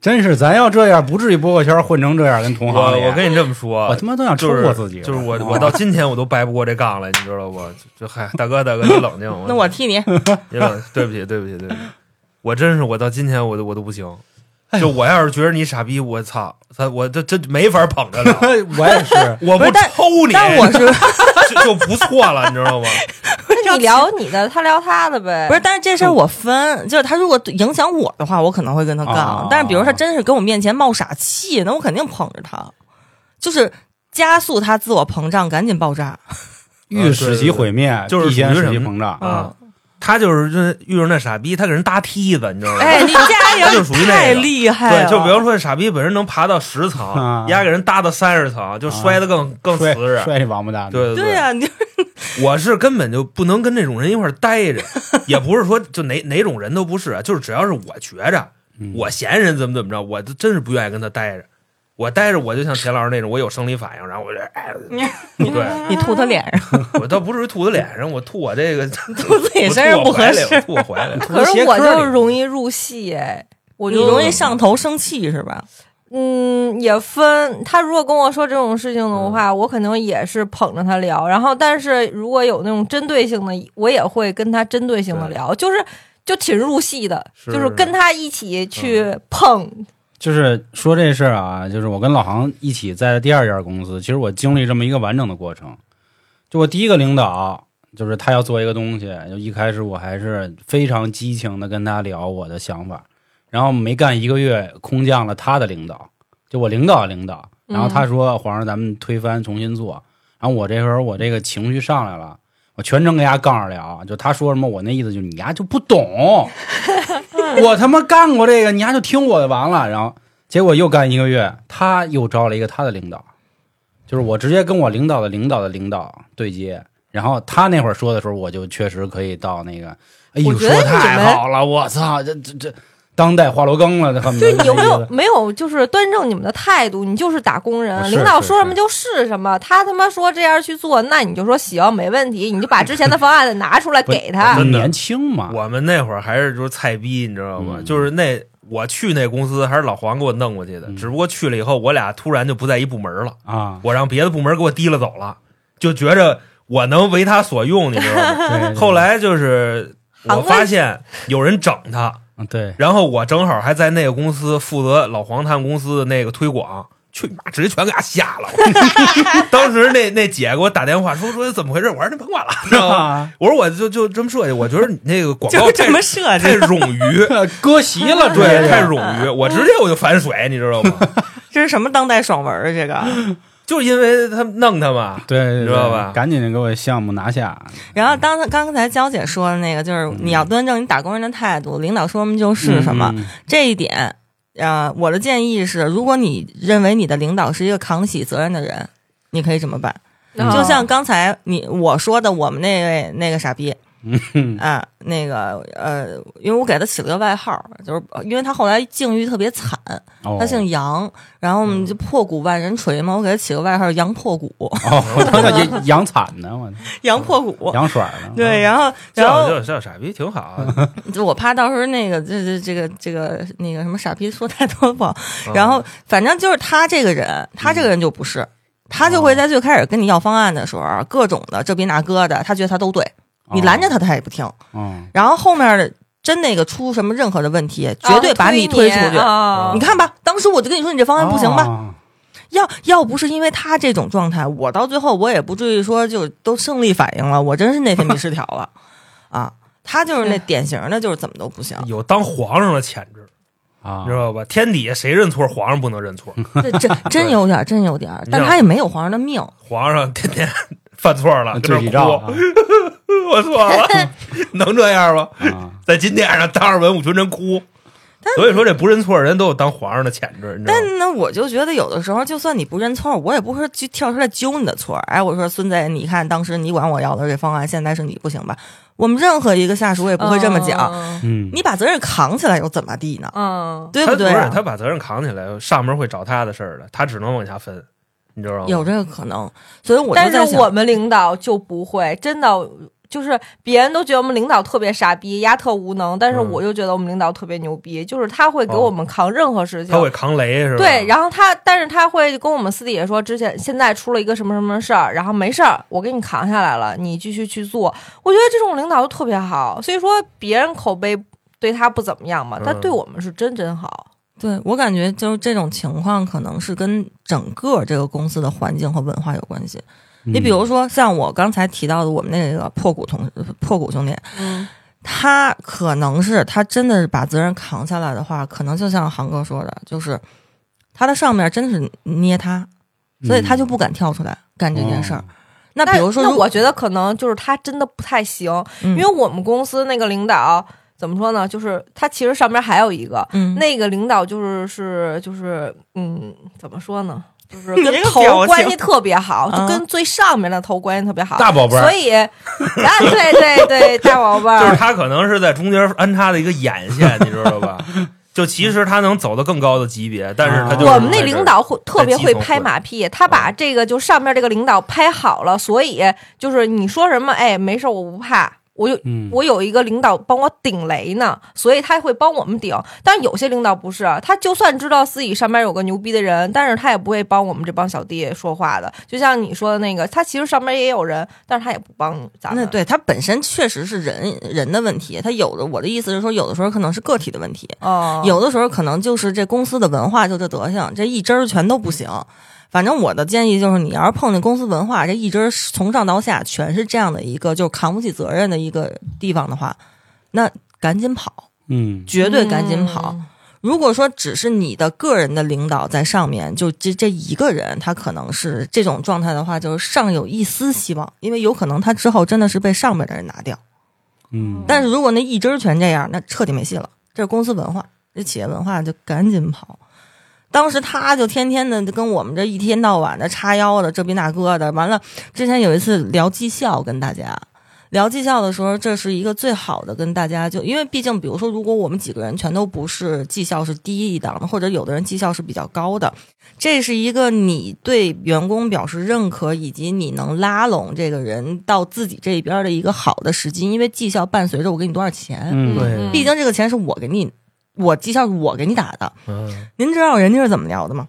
B: 真是，咱要这样，不至于播个圈混成这样，跟同行里。
C: 我我跟你这么说，
B: 我他妈都想抽
C: 就是
B: 我自己了。
C: 就是我
B: 啊 [LAUGHS]
C: 我到今天我都掰不过这杠来，你知道不？就就嗨，大哥大哥，你冷静。
D: [LAUGHS] [LAUGHS] 那我替你，
C: 你冷，对不起对不起对不起，我真是我到今天我都我都不行。
B: 哎
C: 就我要是觉得你傻逼，我操，咱我这这没法捧
B: [LAUGHS]
C: 着了，，
B: 我也是
C: 我
D: 不是但
C: 抽你，
D: 但我是
C: [LAUGHS] 就就不错了，你知
D: [LAUGHS]
C: 道吗？
E: 那你聊你的，他聊他的呗。
D: 不是？但是这事儿我分，就是他如果影响我的话，我可能会跟他
B: 啊
D: 杠。但是比如他真是跟我面前冒傻气，那我肯定捧着他，就是加速他自我膨胀，赶紧爆炸。
B: 欲使其毁灭，
C: 就是
B: 必先
C: 属于
B: 使其
C: 什么
B: 膨
D: 嗯
B: 胀。
C: 啊，他就是这遇上那傻逼，他给人搭梯子，你知道吗？
D: 哎，你哎加
C: 他
D: 油
C: 就属于那个
D: 太厉害
C: 对，
D: 了！
C: 就比方说傻逼本身能爬到十层
B: 啊，
C: 丫给人搭到三十层，就摔得更更瓷
B: 摔
C: 实。
B: 摔这王八蛋，，
C: 对
D: 对
C: 对，
D: 呀，你就
C: 我是根本就不能跟这种人一块儿待
D: [LAUGHS]
C: 着，也不是说就哪哪种人都不是啊，就是只要是我觉着
B: 嗯
C: 我闲人怎么怎么着，我就真是不愿意跟他待着。我待着我就像田老师那种，我有生理反应，然后我就哎，对
D: [LAUGHS] 你吐他脸上，
C: [LAUGHS] 我倒不至于吐他脸上，我吐我这个，我
D: 吐自己
C: 吐
D: 身上
C: 我
D: 不
C: 怀
D: 合
C: 里，
D: 适
C: 我。吐我怀里。
E: 可
B: 我
E: 是
B: 鞋
E: 我
B: 壳
E: 就
B: 里
E: 容易入戏哎，我
D: 你
E: 就
D: 容易上头生气是吧？
E: 嗯，也分他如果跟我说这种事情的话，我可能也是捧着他聊。然后，但是如果有那种针对性的，我也会跟他针对性的
C: 对
E: 聊，就是就挺入戏的，
C: 是
E: 就是跟他一起去碰。
B: 就是说这事儿啊，就是我跟老航一起在第二家公司，其实我经历这么一个完整的过程。就我第一个领导，就是他要做一个东西，就一开始我还是非常激情的跟他聊我的想法，然后没干一个月，空降了他的领导，就我领导的领导，
E: 嗯
B: 然后他说：“皇上，咱们推翻重新做。”然后我这时候我这个情绪上来了。我全程跟丫杠着聊，就他说什么，我那意思就是你丫就不
E: [LAUGHS]
B: 懂，我他妈干过这个，你丫就听我的完了。然后结果又干一个月，他又招了一个他的领导，就是我直接跟我领导的领导的领导对接。然后他那会儿说的时候，我就确实可以到那个，哎呦，
E: 我觉
B: 说
E: 得你
B: 太
E: 们
B: 好了，我操，这这这当代话痨羹了，恨不
E: 就
B: 得
E: 是你有没
B: 这意
E: 有
B: 思
E: 没有就是端正你们的态度？你就是打工
B: 啊
E: 人，
B: 是
E: 领导
B: 是
E: 说什么
B: 是
E: 就是什么。他他妈说这样去做，那你就说行，没问题，你就把之前的方案拿出来
B: 不是
E: 给他。
B: 你
C: 真的
B: 年轻嘛？
C: 我们那会儿还是就是菜逼，你知道吗？
B: 嗯
C: 就是那我去那公司还是老黄给我弄过去的，
B: 嗯
C: 只不过去了以后，我俩突然就不在一部门了，
B: 啊，
C: 我让别的部门给我提了走了，就觉着我能为他所用，你知道
B: [LAUGHS]
D: [LAUGHS]
C: 吗？
B: 对
C: 后来就是我
E: 行
C: 发现有人整他，
B: 嗯对
C: [LAUGHS] 然后我正好还在那个公司负责老黄他们公司的那个推广。去你妈！直接全给他下了。 [LAUGHS] 当时那那姐给我打电话说说怎么回事，我说你甭管了，知道吗
B: 啊，
C: 我说我就就这么设计，我觉得你那个广告
D: [LAUGHS] 就
C: 太
D: 这么设
C: 太
D: 计，
C: 冗余，
B: 割席了，
C: 对，
B: 这
C: 太冗余，我直接我就反水，你知道吗？
D: 这是什么当代爽文啊？这个。
B: [LAUGHS]
C: 就是因为他弄他嘛，
B: 对对，对
C: 你知道吧
B: 赶紧给我项目拿下，
D: 然后当刚才娇姐说的那个，就是你要端正你打工人的态度，领导说什么就是什么、
B: 嗯？嗯
D: 这一点。呃，我的建议是，如果你认为你的领导是一个扛得起责任的人，你可以这么办。
E: 嗯
B: 哦
D: 嗯就像刚才你我说的，我们那位那个
B: [LAUGHS]
D: 傻逼
B: 嗯
D: 啊，那个呃，因为我给他起了个外号，就是因为他后来境遇特别惨，
B: 哦
D: 他姓杨，然后我们就破鼓万人锤嘛，我给他起个外号“杨
B: [LAUGHS]
D: 破鼓”，
B: 哦，我当时
D: [LAUGHS]
B: 羊羊惨呢，我
D: 杨破鼓。
B: 羊水呢，
D: 对，然后然后
C: 叫叫叫傻逼挺好啊。
D: 就我怕到时候那个这这这个这个那个什么傻逼说太多不好，
C: 嗯
D: 然后反正就是他这个人，他这个人就不是，他就会在最开始跟你要方案的时候，各种的这逼那哥的，他觉得他都对，你拦着他他也不听，
B: 哦，嗯
D: 然后后面的真那个出什么任何的问题，绝对
E: 哦
D: 把你哦推出去。
C: 嗯
D: 嗯
E: 啊
D: 你看吧，当时我就跟你说你这方案不行吧，
B: 哦
D: 要要不是因为他这种状态，我到最后我也不至于说就都生理反应了，我真是内分泌失调了啊。他就是那
E: 是
D: 典型的，就是怎么都不行。
C: 有当皇上的潜质，
B: 啊，
C: 知道吧？天底下谁认错，皇上不能认错。
D: 对， [LAUGHS] 真真有点儿，真有点儿，但他也没有皇上的命。
C: 皇上天天犯错了，跟
B: 对比
C: 那
B: 照
C: [LAUGHS] 儿哭，我错了， [LAUGHS] 能这样吗？
B: 啊啊，
C: 在金殿上当着文武群臣哭，
D: 但
C: 所以说这不认错的人都有当皇上的潜质，你知道吗？
D: 但呢，我就觉得有的时候，就算你不认错儿，我也不会去跳出来揪你的错儿。哎，我说孙子，你看当时你管我要的这方案，现在是你不行吧？我们任何一个下属也不会这么讲。
E: 讲，
B: 嗯，
D: [LAUGHS] 你把责任扛起来又怎么地呢？
E: 嗯，
D: 对
C: 他
D: 对
C: 是
D: 啊、
C: 他把责任扛起来，上面会找他的事儿的，他只能往下分，你知道吗？
D: 有这个可能，所以我就
E: 但
D: 在
E: 是
D: 想
E: 我们领导就不会，真的就是别人都觉得我们领导特别傻逼，丫特无能，但是
C: 嗯
E: 我就觉得我们领导特别牛逼，就是他会给我们扛任何事情。
C: 他会扛雷是吧？
E: 对，然后他，但是他会跟我们私底下说，之前现在出了一个什么什么事儿，然后没事儿，我给你扛下来了，你继续去做。我觉得这种领导就特别好，所以说别人口碑对他不怎么样嘛，
C: 嗯
E: 他对我们是真真好。
D: 对我感觉就是这种情况，可能是跟整个这个公司的环境和文化有关系。你
B: 嗯
D: 比如说，像我刚才提到的，我们那个破骨同破骨兄弟，
E: 嗯，
D: 他可能是他真的是把责任扛下来的话，可能就像航哥说的，就是他的上面真的是捏他，
B: 嗯，
D: 所以他就不敢跳出来干这件事儿。
B: 哦
D: 那比如说
E: 那
D: 如果，
E: 我觉得可能就是他真的不太行，
D: 嗯
E: 因为我们公司那个领导怎么说呢？就是他其实上边还有一个，
D: 嗯，
E: 那个领导就是是就是嗯，怎么说呢？
D: [LAUGHS]
E: 就是
D: 你这
E: 跟
D: 个
E: 头
D: 表
E: 关
D: 情
E: 系特别好，就
D: 啊
E: 跟最上面的头关系特别好。
B: 大宝贝儿
E: 所以啊，对对对，大宝贝
C: 就是
E: 儿，
C: 他可能是在中间安插了一个眼线，你知道吧？就其实他能走到更高的级别，但是他就是
E: 我们那领导会特别
C: 在基
E: 会
C: 层
E: 拍
C: 混
E: 马屁，他把
C: 嗯
E: 这个就上面这个领导拍好了，所以就是你说什么，哎，没事儿，我不怕，我就
B: 嗯，
E: 我有一个领导帮我顶雷呢，所以他会帮我们顶。但有些领导不是，啊他就算知道自己上面有个牛逼的人，但是他也不会帮我们这帮小弟说话的。就像你说的那个，他其实上面也有人，但是他也不帮咱们。
D: 那，对他本身确实是人人的问题，他有的我的意思是说，有的时候可能是个体的问题，
E: 哦，
D: 有的时候可能就是这公司的文化就这德行，这一支儿全都不行。反正我的建议就是，你要是碰见公司文化这一支儿从上到下全是这样的一个就是扛不起责任的一个地方的话，那赶紧跑，
B: 嗯
D: 绝对赶紧跑。
E: 嗯
D: 如果说只是你的个人的领导在上面，就这这一个人，他可能是这种状态的话，就是尚有一丝希望，因为有可能他之后真的是被上面的人拿掉。
B: 嗯，
D: 但是如果那一支儿全这样，那彻底没戏了。这是公司文化，这企业文化就赶紧跑。当时他就天天的跟我们这一天到晚的叉腰的这逼那哥的，完了之前有一次聊绩效跟大家。聊绩效的时候，这是一个最好的跟大家就，因为毕竟，比如说，如果我们几个人全都不是绩效是低一档的，或者有的人绩效是比较高的，这是一个你对员工表示认可，以及你能拉拢这个人到自己这边的一个好的时机，因为绩效伴随着我给你多少钱，
B: 嗯
E: 嗯
C: 对
E: 嗯
D: 毕竟这个钱是我给你我绩效是我给你打的。
C: 嗯，
D: 您知道人家是怎么聊的吗？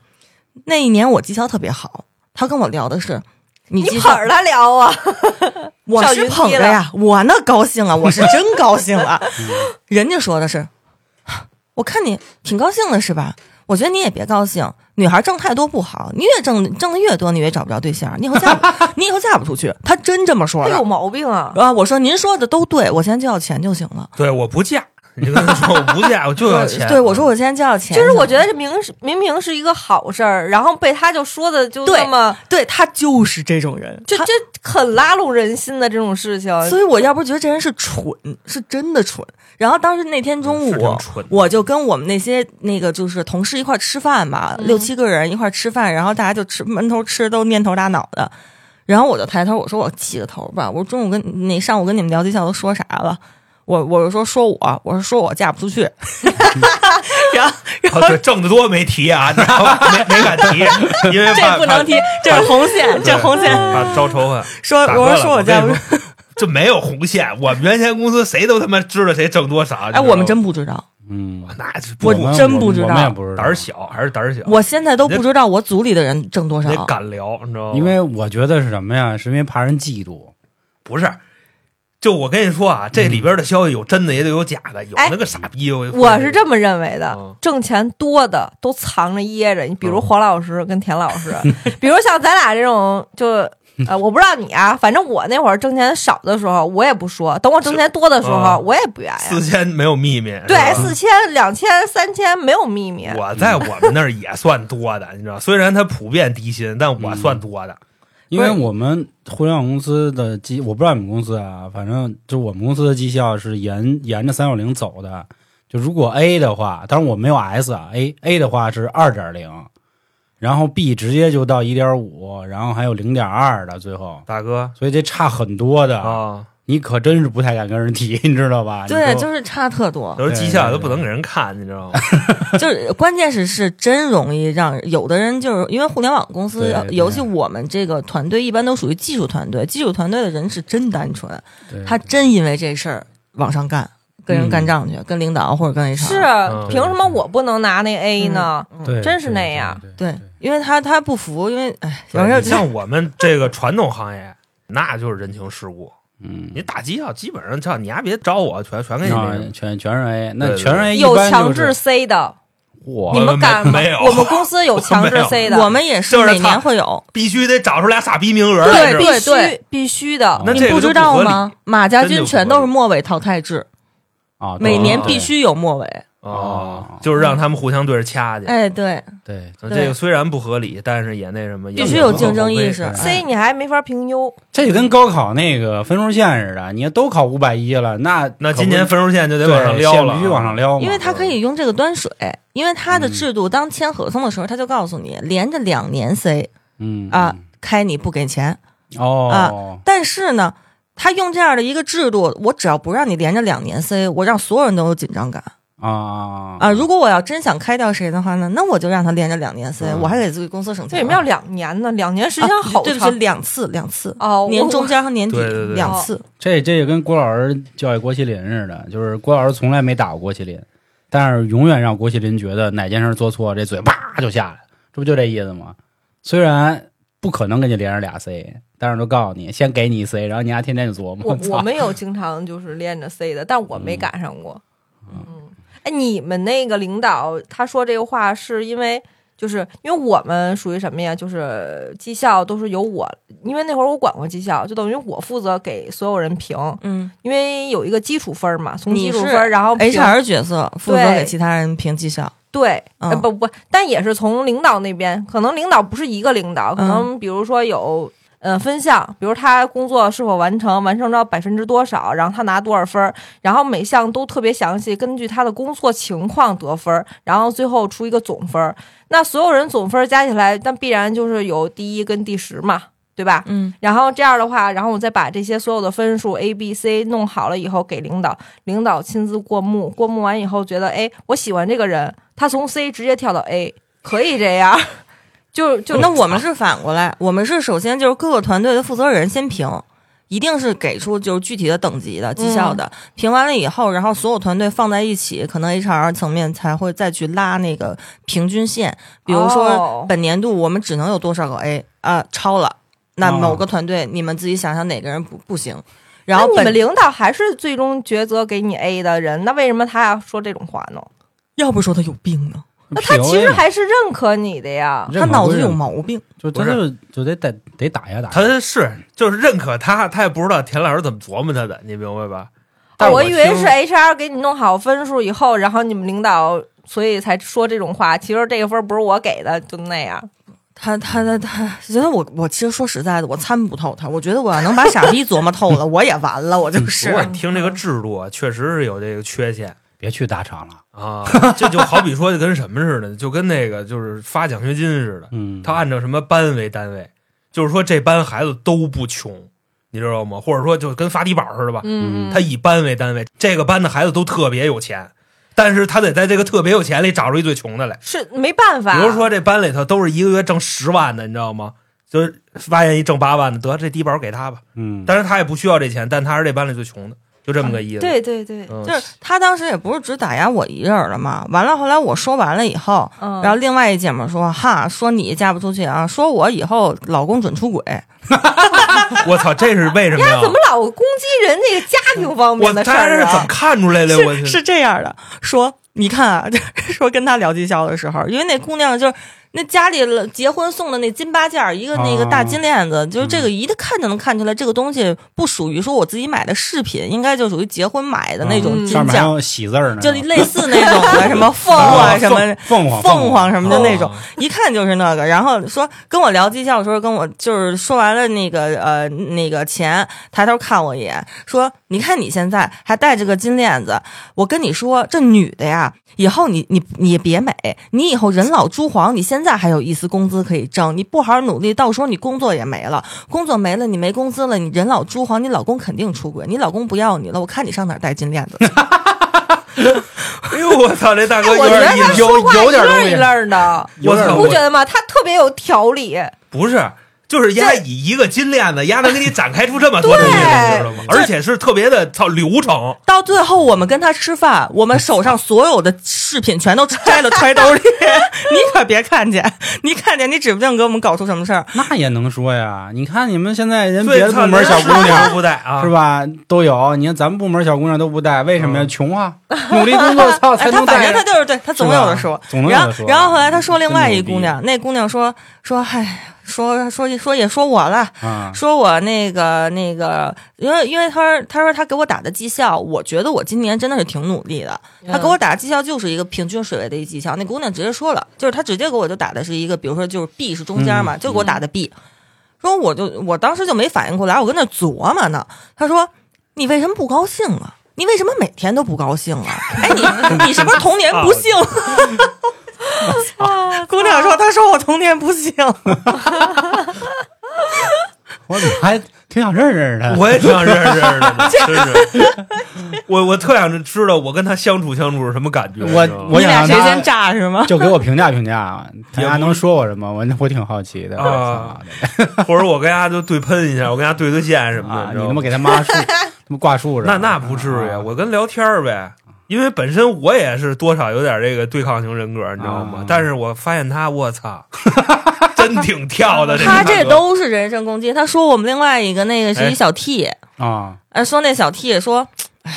D: 那一年我绩效特别好，他跟我聊的是你绩
E: 你
D: 效
E: 捧，着他聊啊，
D: 我
E: 上
D: 是
E: 云梯
D: 捧着呀，我那高兴啊，我是真高
E: [LAUGHS]
D: 兴啊。
E: 嗯
D: 人家说的是，我看你挺高兴的是吧？我觉得你也别高兴，女孩挣太多不好，你越挣挣的越多，你越找不着对象，你以后
E: [LAUGHS]
D: 嫁不你以后嫁不出去。他真这么说
E: 他有
D: 的。
E: 毛病啊！
D: 啊！我说您说的都对，我现在就要钱就行了。
C: 对，我不嫁，你就跟他说我不嫁，我就要钱。
D: 对，我说我现在就要
E: 啊
D: 钱，
E: 就是我觉得这明是明明是一个好事儿，然后被他就说的就
D: 对
E: 那么
D: 对他就是这种人，
E: 就
D: 他
E: 这很拉拢人心的这种事情，
D: 所以我要不觉得这人是蠢，是真的蠢。然后当时那天中
C: 嗯是挺
D: 午
C: 蠢，的
D: 我就跟我们那些那个就是同事一块儿吃饭吧，
E: 嗯
D: 六七个人一块儿吃饭，然后大家就吃闷头吃，都蔫头耷脑的。然后我就抬头，我说我起个头吧，我说中午跟那上午跟你们聊绩效都说啥了？我我就说说我，我说说我嫁不出去，然后然
C: [LAUGHS]
D: 后
C: 啊，对，挣得多没提
B: [LAUGHS]
C: 啊，你知道吧？没没敢提，因为怕
D: 这不能提，这是红线，这是红线。
C: 怕怕招仇啊恨。
D: 说
C: 大
D: 我
C: 哥
D: 说
C: 了
D: 说
C: 我
D: 嫁不
C: 跟
D: 出
C: 你
D: 去，
C: 说，这没有红线。我们原先公司谁都他妈知道谁挣多少。你知
D: 哎，
C: 道吗
D: 我们真不知道。
B: 嗯，
C: 那是
D: 我
C: 不
B: 们
D: 真不知道
B: 我们也不知道
C: 胆儿小，还是胆儿小。
D: 我现在都不知道我组里的人挣多
C: 你
D: 少
C: 得。敢聊，你知道吗？
B: 因为我觉得是什么呀？是因为怕人嫉妒。
C: 不是，就我跟你说
B: 嗯
C: 啊，这里边的消息有真的也得有假的，有
E: 哎
C: 那个傻逼。我
E: 我是这么认为的，
C: 嗯
E: 挣钱多的都藏着掖着。你比如
C: 嗯
E: 黄老师跟田老师，比如像咱俩这种，就呃，我不知道你啊，反正我那会儿挣钱少的时候，我也不说；等我挣钱多的时候，
C: 嗯
E: 我也不愿
C: 四
E: 意。
C: 千没有秘密，
E: 对，
C: 是吧
E: 四千、两千、三千没有秘密。
C: 我在我们那儿也算多的，你知道，虽然它普遍低薪，但我算多的。
B: 因为我们互联网公司的绩，我不知道你们公司啊，反正就是我们公司的绩效是沿沿着三六零走的。就如果 A 的话，当然我没有 S 啊，A A 的话是二点零，然后 B 直接就到一点五，然后还有零点二的最后，
C: 大哥
B: 所以这差很多的，
C: 啊，
B: 你可真是不太敢跟人提， [LAUGHS] 你知道吧？
D: 对，
B: 你说
D: 就是差特多，
C: 有时候绩
B: 对对
C: 效
B: 对
C: 都不能给人看，你知
B: [LAUGHS]
C: 道吗？
D: 就是关键是是真容易让有的人就是因为互联网公司
B: 对，对
D: 尤其我们这个团队一般都属于技术团队，技术团队的人是真单纯，
B: 对
D: 他真因为这事儿往上干，跟人
C: 嗯
D: 干仗去，跟领导或者跟 HR，
E: 是，啊凭什么我不能拿那 A 呢？
B: 对，
E: 真是
B: 对
E: 那样。
B: 对对
D: 对，因为他他不服，因为哎，有时
C: 对
D: 候
C: 你像我们这个传统行业，那就是人情世故。
B: 嗯，
C: 你打绩效基本上，操，你丫别招我，全全给你那
B: 啊
C: 什么。
B: 全全是 A，那
C: 对对
B: 全是 A 一
E: 有
B: 般
E: 强
B: 就
E: 制
B: 是
E: C 的，
B: 我
E: 你们敢吗？
C: 没没有
E: 我们公司有强制 C 的，
D: 我们也是
C: 就是
D: 每
C: 他
D: 年会有，
C: 必须得找出俩傻逼名额
E: 对
C: 来，是吧
E: 必
D: 对
E: 须必须的。
C: 那
D: 你
C: 这个
D: 不
C: 就
D: 知
C: 不
D: 道
C: 合
D: 吗？马家
C: 真就
D: 军
C: 不
D: 全
C: 合
D: 都
C: 理
D: 是末尾淘汰制，
B: 啊，对
D: 每年
B: 对
D: 必须有末尾。
C: 哦，就是让他们互相对着掐去。
D: 哎，对，
B: 对，
C: 这个虽然不合理，但是也那什么，也
D: 必须
C: 无可
D: 有竞
C: 厚
D: 争
C: 非
D: 意识
C: 哎
E: C 你还没法评优，
B: 这就跟高考那个分数线似的，你要都考五百一了，那
C: 那
B: 可不
C: 今年分数线就得
B: 对
C: 往上撩
B: 线
C: 了，啊
B: 必须往上。撩嘛，
D: 因为他可以用这个端水，因为他的制度，当签合同的时候，他就告诉你，连着两年 C
B: 嗯
D: 啊，开你不给钱。
E: 啊
B: 哦，
D: 但是呢，他用这样的一个制度，我只要不让你连着两年 C，我让所有人都有紧张感
B: 啊
D: 啊。如果我要真想开掉谁的话呢，那我就让他连着两年 C，我还给自己公司省
E: 为
D: 钱。
E: 什么要两年呢？两年实际上好
D: 啊对不
E: 长
D: 起，两次，两次。
E: 哦，我
D: 年中间和年底
C: 对对对
D: 两次，
B: 这这就跟郭老师教育郭麒麟似的，就是郭老师从来没打过郭麒麟，但是永远让郭麒麟觉得哪件事做错，这嘴啪就下来了，这不就这意思吗？虽然不可能给你连着俩 C，但是都告诉你，先给你一 C，然后你还天天就琢磨。
E: 我
B: 操
E: 我们有经常就是连着 C 的，但我没赶上过。嗯，哎，你们那个领导他说这个话是因为。就是因为我们属于什么呀？就是绩效都是由我，因为那会儿我管过绩效，就等于我负责给所有人评，
D: 嗯
E: 因为有一个基础分儿嘛，从
D: 你
E: 基础
D: 是
E: 分儿然后评
D: ，HR 角色负责
E: 对
D: 给其他人评绩效，
E: 对，呃
D: 嗯
E: 不不，但也是从领导那边，可能领导不是一个领导，可能比如说有。呃，分项，比如他工作是否完成，完成到百分之多少，然后他拿多少分儿，然后每项都特别详细，根据他的工作情况得分儿，然后最后出一个总分儿。那所有人总分儿加起来，那必然就是有第一跟第十嘛，对吧？
D: 嗯，
E: 然后这样的话，然后我再把这些所有的分数 A、B、C 弄好了以后给领导，领导亲自过目，过目完以后觉得，哎，我喜欢这个人，他从 C 直接跳到 A，可以这样， [LAUGHS] 就就
D: 嗯那我们是反过来，我们是首先就是各个团队的负责人先评，一定是给出就是具体的等级的绩效的。评完了以后，然后所有团队放在一起，可能 HR 层面才会再去拉那个平均线。比如
E: 哦
D: 说本年度我们只能有多少个 A 啊、超了，那
B: 哦
D: 某个团队你们自己想想哪个人不不行。然
E: 然
D: 后
E: 后你
D: 本
E: 们领导还是最终抉择给你 A 的人，那为什么他要说这种话呢？
D: 要不说他有病呢，
E: 那他
B: PUA
E: 其实
B: 嘛
E: 还是认可你的呀。
D: 他脑子有
B: 认可不认可
D: 毛病。
B: 就真
C: 不
B: 的就得得得打呀打呀。
C: 他是就是认可他，他也不知道田老师怎么琢磨他的，你明白吧？但
E: 哦
C: 是
E: 我以为
C: 听
E: 是 HR 给你弄好分数以后，然后你们领导所以才说这种话。其实这个分不是我给的，就那样。
D: 他他他他，其实我我其实说实在的，我参不透他。我觉得我要能把傻逼琢磨透了，我也完了，我就
C: 不过
D: 是。嗯
C: 你听这个制度啊，确实是有这个缺陷
B: 别去大厂了，
C: 啊。这就好比说，就跟什么似的，就跟那个就是发奖学金似的，
B: 嗯，
C: 他按照什么班为单位，就是说这班孩子都不穷，你知道吗？或者说就跟发低保似的吧，
B: 嗯
C: 他以班为单位，这个班的孩子都特别有钱，但是他得在这个特别有钱里找出一最穷的来。
E: 是没办法。
C: 比如说这班里头都是一个月挣十万的，你知道吗？就是发现一挣八万的，得这低保给他吧。
B: 嗯，
C: 但是他也不需要这钱，但他是这班里最穷的，就这么个意思。，
E: 对对对，
C: 嗯、
D: 就是他当时也不是只打压我一人儿了嘛，完了后来我说完了以后，
E: 嗯，
D: 然后另外一姐们儿说哈，说你嫁不出去啊，说我以后老公准出轨，
C: 我操，这是为什么呀
E: 怎么？老攻击人这个家庭方
C: 我
E: 面的事
C: 他
E: 儿
C: 是怎
E: 啊
C: 么？看出来的？我去
D: 是是这样的，说你看啊，就是说跟他聊绩效的时候，因为那姑娘就是那家里了结婚送的那金八件儿，一个那个
B: 啊
D: 大金链子，就是
B: 嗯
D: 这个一看就能看出来，这个东西不属于说我自己买的饰品，应该就属于结婚买的那种
E: 嗯
D: 金
B: 上面
D: 件
B: 还
D: 儿，
B: 有喜字儿呢，
D: 就类似那种的什
B: [LAUGHS]
D: 么凤啊什么。
B: 凤凰
D: 凤凰什么的那种
C: 哦，
D: 一看就是那个。然后说跟我聊绩效的时候，跟我就是说完了那个呃那个钱，抬头看我一眼，说：“你看你现在还戴着个金链子，我跟你说，这女的呀，以后你你你别美，你以后人老珠黄，你现在还有一丝工资可以挣，你不好好努力，到时候你工作也没了，工作没了你没工资了，你人老珠黄，你老公肯定出轨，你老公不要你了，我看你上哪儿戴金链子去。”
C: 哎呦，我操，这大哥
E: 我
C: 有
E: 觉得
C: 点意
E: 他
C: 思。
E: 说话
B: 有
E: 一
B: 点
E: 愣
B: 东
E: 儿
B: 西
E: 一愣儿的，
B: 有点
C: 我
E: 你
C: 操
E: 不觉得吗？他特别有条理，
D: 啊
C: 不是，就是丫以一个金链子，丫能给你展开出这么多东西来，你知道吗？而且是特别的操流程。
D: 到最后，我们跟他吃饭，我们手上所有的饰品全都摘了 [LAUGHS] 揣兜里。你可别看见，你看见你指不定给我们搞出什么事儿。
B: 那也能说呀。你看你们现在人别
C: 对，
B: 的
C: 操
B: 部门
C: 人
B: 小姑娘
D: [LAUGHS]
C: 都不带啊，
B: 是吧，都有。你看咱们部门小姑娘都不带，为什么呀？
C: 嗯
B: 穷啊，努力工作，操，才
D: [LAUGHS] 哎，他
B: 能
D: 反
B: 带
D: 正他
B: 呀。
D: 就是对他总有的
B: 是吧
D: 说。
B: 总能有
D: 然
B: 的
D: 后
B: 说，嗯
D: 然后后来他说另外
B: 真
D: 一
B: 牛逼
D: 姑娘，那姑娘说说，唉，说说说也说我了，
B: 啊，
D: 说我那个那个，因为因为他说他说他给我打的绩效，我觉得我今年真的是挺努力的。他给我打的绩效就是一个平均水位的一绩效。那姑娘直接说了，就是他直接给我就打的是一个，比如说就是 B 是中间嘛，
B: 嗯
D: 就给我打的 B。说我就我当时就没反应过来，我跟那琢磨呢。他说你为什么不高兴啊？你为什么每天都不高兴啊？哎，你你是不是童年不幸？
E: 啊
D: 姑娘说，她说我童年不幸。
B: 我怎么还挺想认识认识他？
C: 我也挺想认识认识的呢，真是。我我特想知道我跟他相处相处是什么感觉。你知道吗
B: 我想
D: 你俩
B: 让
D: 谁
B: 他
D: 先炸是
B: [LAUGHS]
D: 吗？
B: 就给我评价评价，他
C: 也
B: 家
C: 不
B: 能说我什么？我我挺好奇的。
C: 啊
B: 我操
C: 或者我跟他就对喷一下，我跟他对对线什么的，
B: 啊，
C: 你
B: 你
C: 知
B: 他
C: 道吗
B: 妈？给他妈
C: [LAUGHS]
B: 树，他妈挂树上。
C: 那那不至于，
B: 啊
C: 我跟聊天儿呗。因为本身我也是多少有点这个对抗型人格，你知道吗
B: 啊？
C: 但是我发现他，我操， [LAUGHS] 真挺跳的。
D: 他
C: 这
D: 这
C: 个大哥
D: 都是人身攻击。他说我们另外一个那个是
C: 哎
D: 一小 T，哎、
B: 啊，
D: 说那小 T 也说，哎，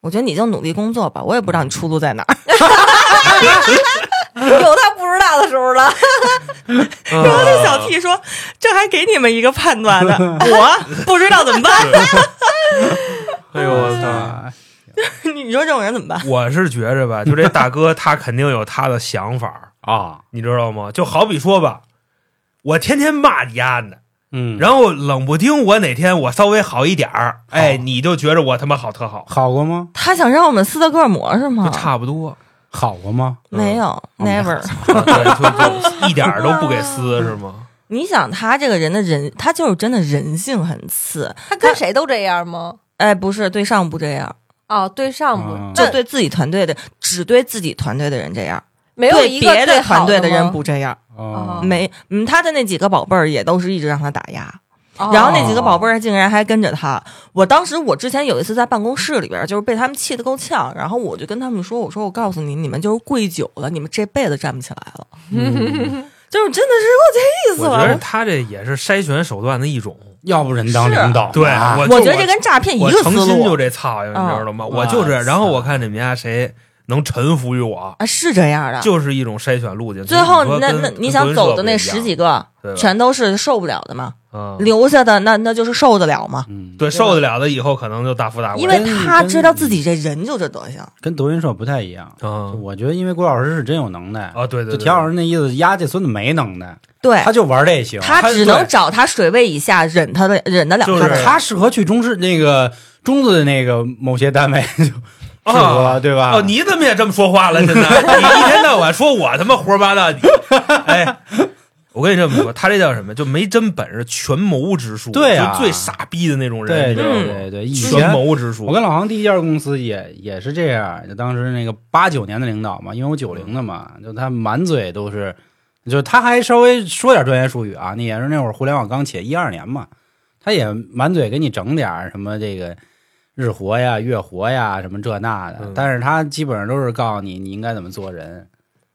D: 我觉得你就努力工作吧，我也不知道你出路在哪儿。
E: 有他不知道的时候了。
C: 嗯
D: [LAUGHS] 然后那小 T 说，这还给你们一个判断呢，我不知道怎么办。
C: 哎呦我操！
B: 啊
D: [LAUGHS] 你说这种人怎么办？
C: 我是觉着吧，就这大哥，他肯定有他的想法，
B: 啊，
C: 你知道吗？就好比说吧，我天天骂你丫的，
B: 嗯，
C: 然后冷不丁我哪天我稍微好一点儿，哎，
B: 好
C: 你就觉着我他妈好特好，
B: 好过吗？
D: 他想让我们斯德哥尔摩是吗
C: 就？差不多，
B: 好过吗？
D: 没有、
B: 嗯
D: n e v e r
C: 啊对就就一点儿都不给
D: [LAUGHS]
C: 撕是吗？
D: 你想他这个人的人，他就是真的人性很次。
E: 他跟谁都这样吗？
D: 哎，不是对上不这样，
E: 哦，对上不
B: 嗯，
D: 就
E: 那
D: 对自己团队的，只对自己团队的人这样，
E: 没有
D: 对
E: 一个
D: 别
E: 最
D: 的
E: 好
D: 团队的人
E: 吗
D: 不这样。
B: 哦
E: 哦
D: 没，嗯，他的那几个宝贝儿也都是一直让他打压。
E: 哦
D: 然后那几个宝贝儿竟然还跟着他。我当时我之前有一次在办公室里边，就是被他们气得够呛，然后我就跟他们说：“我说我告诉你，你们就是跪久了，你们这辈子站不起来了。 [LAUGHS] 就是真的是
C: 嗯我
D: 我
C: 觉
D: 这
C: 得
D: 意思了。
C: 他这也是筛选手段的一种。
B: 要不人当
D: 是
B: 领导，
C: 对
B: 啊
C: 我就
D: 我觉得这跟诈骗一
C: 我
D: 个
C: 诚
D: 思
C: 心就
D: 路
C: 这操性，你知道吗？我就这
B: 哇
C: 样。然后
B: 塞
C: 我看你们家谁能臣服于我，
D: 啊，是这样的。
C: 就是一种筛选路径。
D: 最
C: 你
D: 后
C: 说
D: 那
C: 跟
D: 那你
C: 跟
D: 想
C: 德云
D: 走
C: 社
D: 的
C: 不一
D: 那十
C: 样
D: 几个，
C: 对吧
D: 全都是受不了的嘛，
C: 嗯
D: 留下的那那就是受得了嘛，
B: 嗯，
C: 对受得了的，以后可能就大富大贵。
D: 因为他知道自己这人就这德行。
B: 跟德云社不太一样。就
C: 嗯
B: 我觉得，因为郭老师是真有能耐，
C: 啊，对
B: 就
C: 对，对
B: 田老师那意思，丫这孙子没能耐，
D: 对，
B: 他就玩这行。
D: 他
C: 他
D: 只
C: 对
D: 能找他水位以下忍他的忍得了
C: 就
D: 他
C: 是
D: 的。
B: 他适合去中式那个中子的那个某些单位，就适 [LAUGHS] 合
C: 啊
B: 对吧？
C: 哦，你怎么也这么说话了？现在你一天到晚说我他妈胡说八道，你哎。我跟你这么说，他这叫什么？就没真本事，权谋之术，
B: 对啊
C: 就最傻逼的那种
B: 对
C: 人，你
B: 对
C: 知道吗
D: 嗯
B: 对对，以
C: 权
B: 前
C: 谋之术。
B: 我跟老航第一家公司也也是这样，就当时那个八九年的领导嘛，因为我九零的嘛，就他满嘴都是，就他还稍微说点专业术语啊，那也是那会儿互联网刚起一二年嘛，他也满嘴给你整点儿什么这个日活呀、月活呀什么这那的，
C: 嗯
B: 但是他基本上都是告诉你你应该怎么做人，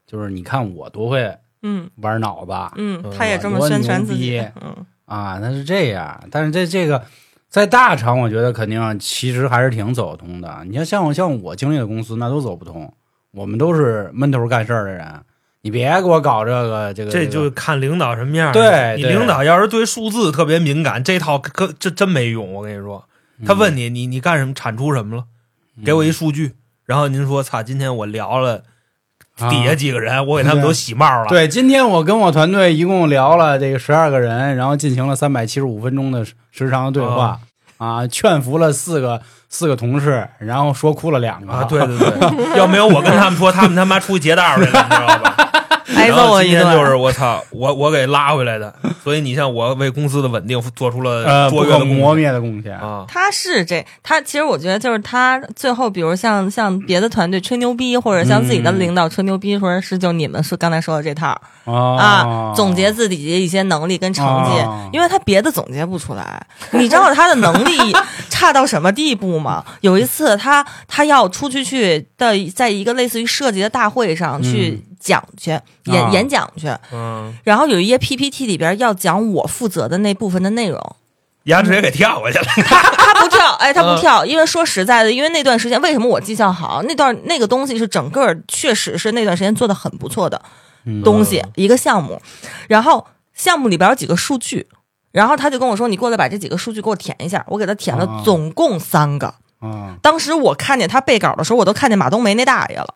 B: 就是你看我多会
D: 嗯
B: 玩脑子，
D: 嗯，
C: 嗯
D: 他也这么宣传自己
B: 我牛。
D: 嗯，
B: 啊，那是这样，但是这这个在大厂，我觉得肯定其实还是挺走得通的。你像像我像我经历的公司，那都走不通，我们都是闷头干事儿的人，你别给我搞这个这个，
C: 这就
B: 个
C: 看领导什么样儿。
B: 对
C: 你
B: 对
C: 领导要是对数字特别敏感，这套可这真没用。我跟你说，
B: 嗯
C: 他问你你你干什么，产出什么了，给我一数据，然后您说，操，今天我聊了底下
B: 啊
C: 几个人，我给他们都洗帽了。
B: 对，今天我跟我团队一共聊了这个十二个人，然后进行了三百七十五分钟的时时长的对
C: 哦
B: 话、啊，劝服了四个四个同事，然后说哭了两个
C: 啊，对对对，要没有我跟他们说，他们他妈出去劫道去了，你知道吧？
D: 挨
C: 然
D: 揍
C: 后
D: 我
C: 今
D: 一
C: 天
D: 顿。
C: 就是我操，我我给拉回来的。所以你像我为公司的稳定做出了
B: 呃，不
C: 卓越
B: 可
C: 的贡
B: 磨
C: 献
B: 灭的贡献。
C: 啊，
D: 他是这，他其实我觉得就是他最后，比如像像别的团队吹牛逼，或者像自己的
B: 嗯
D: 领导吹牛逼，或者是就你们说刚才说的这套
B: 哦、
D: 啊，总结自己的一些能力跟成绩
B: 哦，
D: 因为他别的总结不出来。你知道他的能力差到什么地步吗？有一次他他要出去去的，在一个类似于设计的大会上去讲去
B: 啊
D: 演演讲去，
C: 嗯，
D: 然后有一页 PPT 里边要讲我负责的那部分的内容。
C: 牙齿也给跳过去了。
D: 他不跳， [LAUGHS] 哎，
B: 嗯
D: 他不跳，因为说实在的，因为那段时间为什么我绩效好？那段那个东西是整个确实是那段时间做的很不错的
B: 嗯
D: 东西，一个项目，然后项目里边有几个数据，然后他就跟我说，你过来把这几个数据给我填一下，我给他填了
B: 啊
D: 总共三个。
B: 啊，
D: 当时我看见他背稿的时候，我都看见马冬梅那大爷了。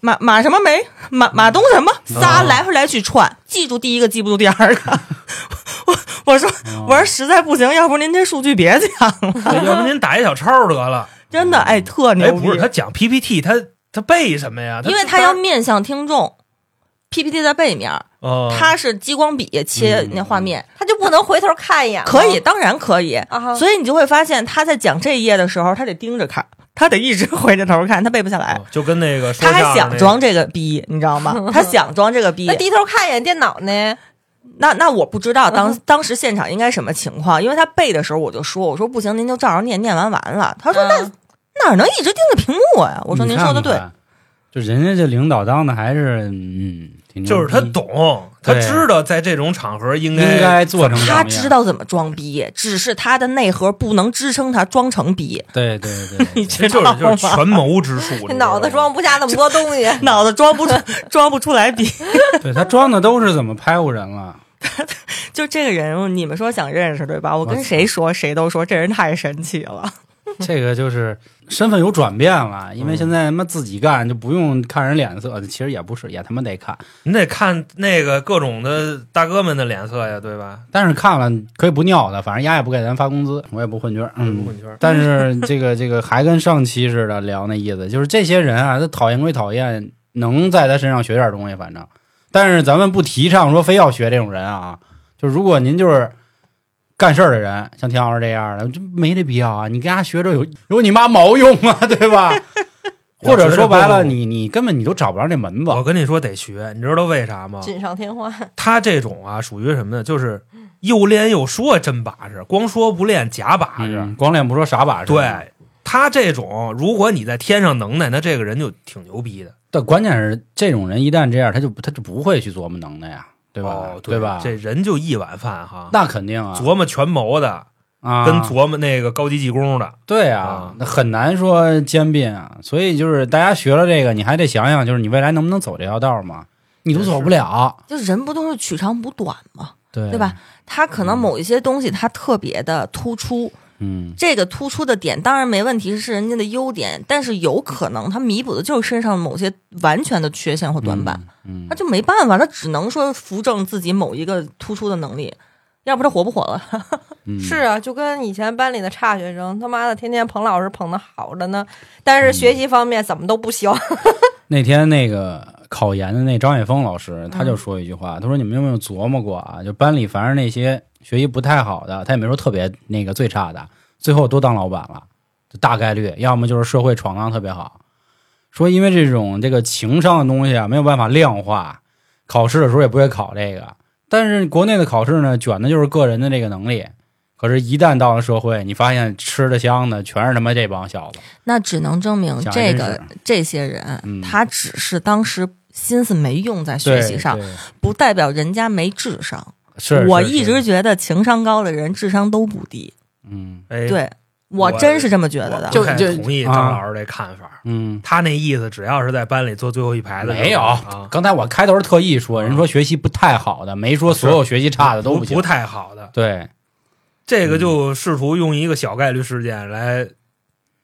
D: 马马什么梅，马马东什么，
B: 啊
D: 仨来回来去串，记住第一个记不住第二个。 [LAUGHS] 我我说
B: 啊
D: 我说实在不行，要不您这数据别讲了，
C: [LAUGHS] 要不您打一小抄得了？
D: 真的哎特
C: 哎，
D: [LAUGHS] 牛逼。
C: 不是，他讲 PPT，他他背什么呀？
D: 因为他要面向听众，PPT 在背面，
C: 哦
D: 他是激光笔切那画面，
E: 他就不能回头看一眼吗？
D: 可以，当然可以。
E: 啊哈，
D: 所以你就会发现他在讲这一页的时候，他得盯着看，他得一直回着头看，他背不下来。
C: 哦就跟那个说
D: 他还
C: 相声那
D: 想
C: 个
D: 装这个逼，你知道吗？他想装这个逼
E: 那，低头看一眼电脑呢？
D: 那那我不知道当当时现场应该什么情况，因为他背的时候我就说，我说不行，您就照着念，念完完了。他说那
E: 嗯
D: 哪能一直盯着屏幕呀？我说
B: 你
D: 您说的
B: 看
D: 对，
B: 看，就人家这领导当的还是嗯，挺牛
C: 就是他
B: 逼
C: 懂，他
B: 对
C: 知道在这种场合应
B: 应
C: 该
B: 该做成什么
D: 他
B: 样
D: 知，道怎么装逼，只是他的内核不能支撑他装成逼，
B: 对对对，
D: 你
C: 这
D: 知道
C: 就
D: 吗
C: 是就是权谋之
D: [LAUGHS]
C: 术，你知
E: 脑
C: 道吗
E: 子装不下那么多东西，
D: 脑子装 [LAUGHS] 不出装不出来逼。
B: 对他装的都是怎么拍唬人了，
D: 就这个人物，你们说想认识对吧？我
B: 我
D: 跟
B: 操
D: 谁说谁都说这人太神奇了。
B: 这个就是身份有转变了，因为
C: 嗯
B: 现在他妈自己干就不用看人脸色，其实也不是，也他妈得看，
C: 你得看那个各种的大哥们的脸色呀，对吧？
B: 但是看了可以不尿他，反正丫也不给咱发工资，我也不混圈儿，嗯，
C: 混圈儿
B: 但是这个这个还跟上期似的聊那意思，就是这些人啊，他讨厌归讨厌，能在他身上学点东西，反正。但是咱们不提倡说非要学这种人啊，就如果您就是干事儿的人，像田老师这样的，就没这必要啊。你跟他学这有有你妈毛用啊，对吧？或者说白了，你你根本你都找不着这门子
C: 我跟你说得学，你知道为啥吗？
E: 锦上添花。
C: 他这种啊，属于什么呢？就是又练又说真把式，光说不练假把式。
B: 嗯光练不说啥把式。
C: 对他这种，如果你在天上能耐，那这个人就挺牛逼的，
B: 但关键是这种人一旦这样，他就他就不会去琢磨能耐呀，对吧？
C: 哦
B: 对
C: 对
B: 吧？
C: 这人就一碗饭哈，
B: 那肯定啊，
C: 琢磨权谋的，
B: 啊，
C: 跟琢磨那个高级技工的，
B: 对啊
C: 啊，
B: 那很难说兼并啊。所以就是大家学了这个，你还得想想，就是你未来能不能走这条道嘛？你都走不了，
D: [LAUGHS] 就人不都是取长补短吗？
B: 对
D: 对吧？？啊嗯他可能某一些东西他特别的突出，
B: 嗯，
D: 这个突出的点当然没问题，是人家的优点，但是有可能他弥补的就是身上某些完全的缺陷或短板，
B: 嗯，
D: 他就没办法，他只能说扶正自己某一个突出的能力，要不他活不活了？
B: 嗯
E: 是啊，就跟以前班里的差学生，他妈的天天捧老师捧的好着呢，但
D: 嗯
E: 是学习方面怎么都不行。
B: 那天那个考研的那张雪峰老
D: 嗯
B: 师，他就说一句话，他说你们有没有琢磨过啊？就班里凡是那些学习不太好的，他也没说特别那个最差的，最后都当老板了，就大概率要么就是社会闯荡特别好。说因为这种这个情商的东西啊，没有办法量化，考试的时候也不会考这个。但是国内的考试呢，卷的就是个人的这个能力。可是，一旦到了社会，你发现吃的香的全是他妈这帮小子。
D: 那只能证明
B: 讲
D: 这
B: 真
D: 个这些人、
B: 嗯
D: 他只是当时心思没用在学
B: 对
D: 习上，
B: 对
D: 不代表人家没智商。
B: 是
D: 我
B: 是
D: 一
B: 是
D: 直觉得情商高的人智商都不低，
B: 嗯
C: 哎，
D: 对
C: 我
D: 我真是这么觉得
C: 我
D: 的。
B: 就
C: 不太
B: 就
C: 同意
B: 啊
C: 张老师这看法。
B: 嗯，
C: 他那意思，只要是在班里坐最后一排的，
B: 没有
C: 啊，
B: 刚才我开头是特意说，人说学习不太好的，没说所有学习差的都
C: 不
B: 行。
C: 嗯啊不太好的。
B: 对，
C: 这个就试图用一个小概率事件来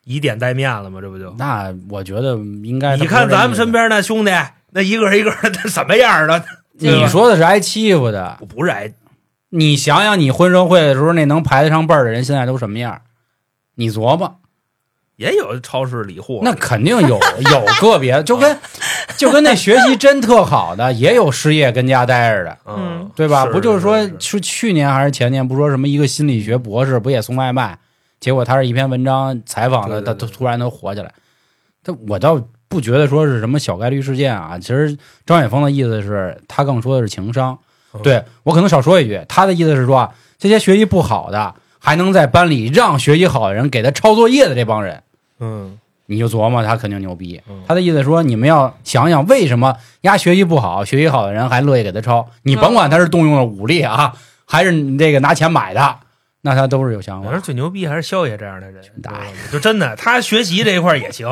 C: 以点带面了嘛，这不就？
B: 那我觉得应该。
C: 你看咱们身，边那兄弟，那一个一个的 [LAUGHS] 那什么样的？对吧
B: 你说的是挨欺负的，
C: 我不是哎挨
B: 你想想你混社会的时候，那能排得上辈儿的人现在都什么样？你琢磨，
C: 也有超市理货，
B: 那肯定
C: [LAUGHS]
B: 有有个别，就跟就跟那学习真特好的，也有失业跟家待着的，
C: 嗯，
B: 对吧？
C: 是
B: 不就是说
C: 是
B: 是去年还是前年，不说什么一个心理学博士不也送外卖，结果他是一篇文章采访的，
C: 对对
B: 他
C: 对
B: 突然都火起来。他我倒不觉得说是什么小概率事件啊，其实张雪峰的意思是他更说的是情商。
C: 嗯
B: 对我可能少说一句，他的意思是说啊，这些学习不好的还能在班里让学习好的人给他抄作业的这帮人，
C: 嗯
B: 你就琢磨他肯定牛逼
C: 嗯。
B: 他的意思说，你们要想想为什么丫学习不好，学习好的人还乐意给他抄。
D: 嗯
B: 你甭管他是动用了武力啊，还是你这个拿钱买的，那他都是有想
C: 我说
B: 法。
C: 最牛逼还是肖爷这样的人，
B: 的
C: 知道吗就真的，他学习这一块也行，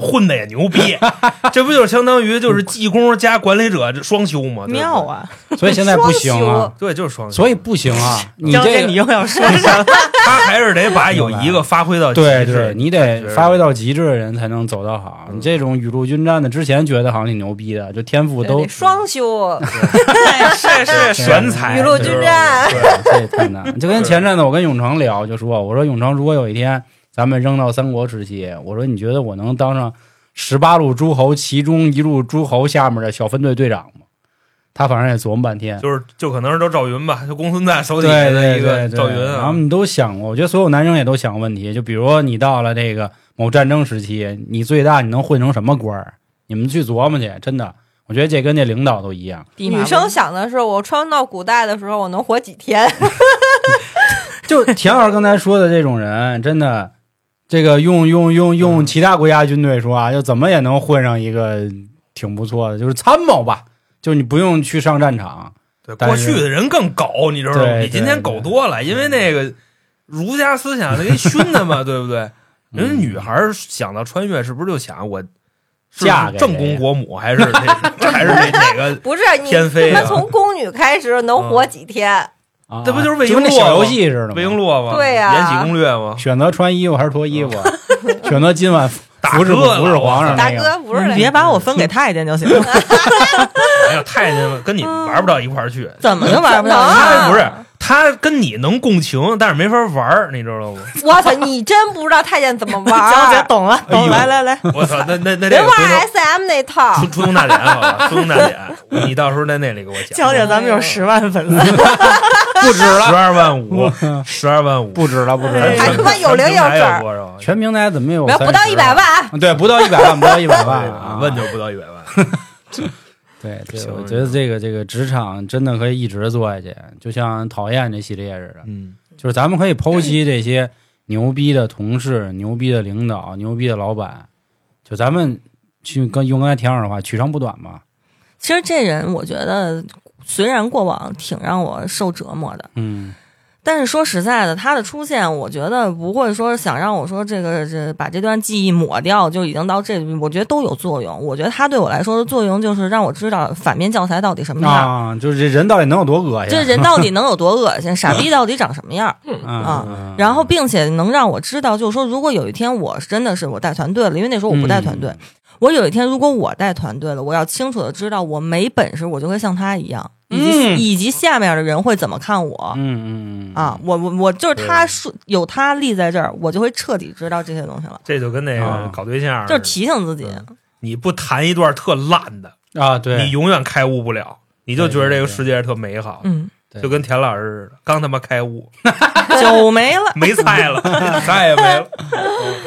C: 混的也牛逼， [LAUGHS] 这不就是相当于就是技工加管理者这双修吗？对不对
D: 妙！啊！
B: 所以现在不行啊，
C: 对，就是双修。
B: 所以不行
D: [LAUGHS]
B: 啊，你
D: 张姐
B: 这
D: 你
B: 个
D: 又要说啥？
C: 他还是得把有一个发挥到
B: [LAUGHS]
C: 极
B: 对
C: 致。
B: 对，你得发挥到极致的人才能走得好。你这种雨露均沾的，之前觉得好像挺牛逼的，就天赋都
E: 得双
C: [LAUGHS]
E: 修， [LAUGHS]
C: 是
B: 全
C: 是全才，
E: 雨露均沾
C: 就是。
B: 对，这太
C: [LAUGHS]
B: 难。就跟前阵子我跟永成聊，就说我说永成，如果有一天咱们扔到三国时期，我说你觉得我能当上十八路诸侯其中一路诸侯下面的小分队队长吗？他反正也琢磨半天
C: 对。就是就可能是都赵云吧，就公孙瓒手
B: 对
C: 底下的
B: 对
C: 一
B: 对
C: 个赵
B: 对，
C: 云
B: 然后
C: 啊，
B: 你都想过，我觉得所有男生也都想过问题，就比如你到了这个某战争时期，你最大你能混成什么官儿？你们去琢磨去，真的，我觉得这跟这领导都一样。
E: 女生想的是我穿到古代的时候我能活几天，
B: [LAUGHS] 就田老师刚才说的这种人，真的，这个用用用
C: 嗯
B: 用其他国家军队说啊，就怎么也能混上一个挺不错的，就是参谋吧，就是你不用去上战场，
C: 对，
B: 但
C: 过
B: 是
C: 去的人更狗，你知道吗？
B: 对
C: 比今天狗多了，因为那个儒家思想那给熏
B: [LAUGHS]
C: 的嘛，对不
B: 嗯
C: 对？人家女孩儿想到穿越，是不是就想我是不
B: 嫁
C: 是
B: 给
C: 正宫国母，还是那 [LAUGHS] 还
B: [LAUGHS]
C: 是那哪个？ [LAUGHS]
E: 不是你
C: 天妃
E: 他
C: 啊
E: 妈从宫女开始能活几天？
B: 啊，
C: 这不就是卫
B: 就跟那
C: 璎珞
B: 小游
C: 吗
B: 戏似的
C: 魏璎
B: 吗？
C: 珞吗？
E: 对呀
C: 延禧攻略》吗？
B: 选择穿衣服还是脱衣
C: [LAUGHS]
B: 服，啊选择今晚
C: 大
B: 服侍不
C: 哥了
B: 服侍皇
C: 嗯
B: 上
E: 大
B: 那个。
E: 哥不是
D: 你别
B: 嗯
D: 把我分给太监就行
B: [LAUGHS]
D: 了，
C: 哎呀，太监了，跟你玩不到一块儿去。
D: 怎么就玩不到
E: 怎么
D: [LAUGHS]
E: 啊
D: 呢？
C: 他不是他跟你能共情，但是没法玩儿，你知道吗？
E: 我操，你真不知道太监怎
C: [LAUGHS]
E: 么玩
D: 行，姐
E: 儿。
D: 懂了，
C: 哎
D: 懂
C: 呦
D: 了，啊来来来，
C: 我操，那那那
E: 别
C: 这个
E: 玩
C: 回头
E: SM 那套，
C: 出出动大典好吧，出动大典，你到时候在那里给我讲
D: 娇。姐，咱们有十万粉丝，
C: 不止了，十二
B: [LAUGHS]
C: 万五，十二万五，
B: 不止了，不止
C: 咱
E: 哎
B: 了，
E: 还
C: 全
E: 他妈有零有整
C: 多少？啊
B: 全平台怎么也有啊
E: 没有不到
B: 30
E: 一百万，
C: [LAUGHS]
B: 啊？对，不到一百万，不到一百万啊，
C: 问就不到一百万。
B: 对对，
C: 行
B: 我觉得这个这个职场真的可以一直做下去，就像讨厌这系列似的，
C: 嗯，
B: 就是咱们可以剖析这些牛逼的同事、牛逼的领导、牛逼的老板，就咱们去跟用刚才田老师的话，取长补短嘛。
D: 其实这人，我觉得虽然过往挺让我受折磨的，
B: 嗯，
D: 但是说实在的，他的出现，我觉得不会说想让我说这个这把这段记忆抹掉，就已经到这，我觉得都有作用。我觉得他对我来说的作用就是让我知道反面教材到底什么样，
B: 啊，就是这人到底能有多恶心？
D: 嗯这人到底能有多恶
B: [LAUGHS]
D: 心，傻逼到底长什么样。
B: 啊，
D: 然后，并且能让我知道，就是说，如果有一天我真的是我带团队了，因为那时候我不带团队，
B: 嗯
D: 我有一天如果我带团队了，我要清楚的知道，我没本事，我就会像他一样，以及、
B: 嗯
D: 以及下面的人会怎么看我。
B: 嗯嗯嗯
D: 啊，，我我我就是他说有他立在这儿，我就会彻底知道这些东西了，
C: 这就跟那
B: 啊
C: 个搞对象似
D: 就是
C: 的，
D: 提醒自己。
C: 你不谈一段特烂的，
B: 啊，对，
C: 你永远开悟不了，你就觉得这个世界特美好，
D: 嗯，
B: 对
C: 就跟田老师似的，刚他妈开悟，
D: 酒没了，
C: 没
B: [LAUGHS]
C: 菜了，菜也没 [LAUGHS] 了。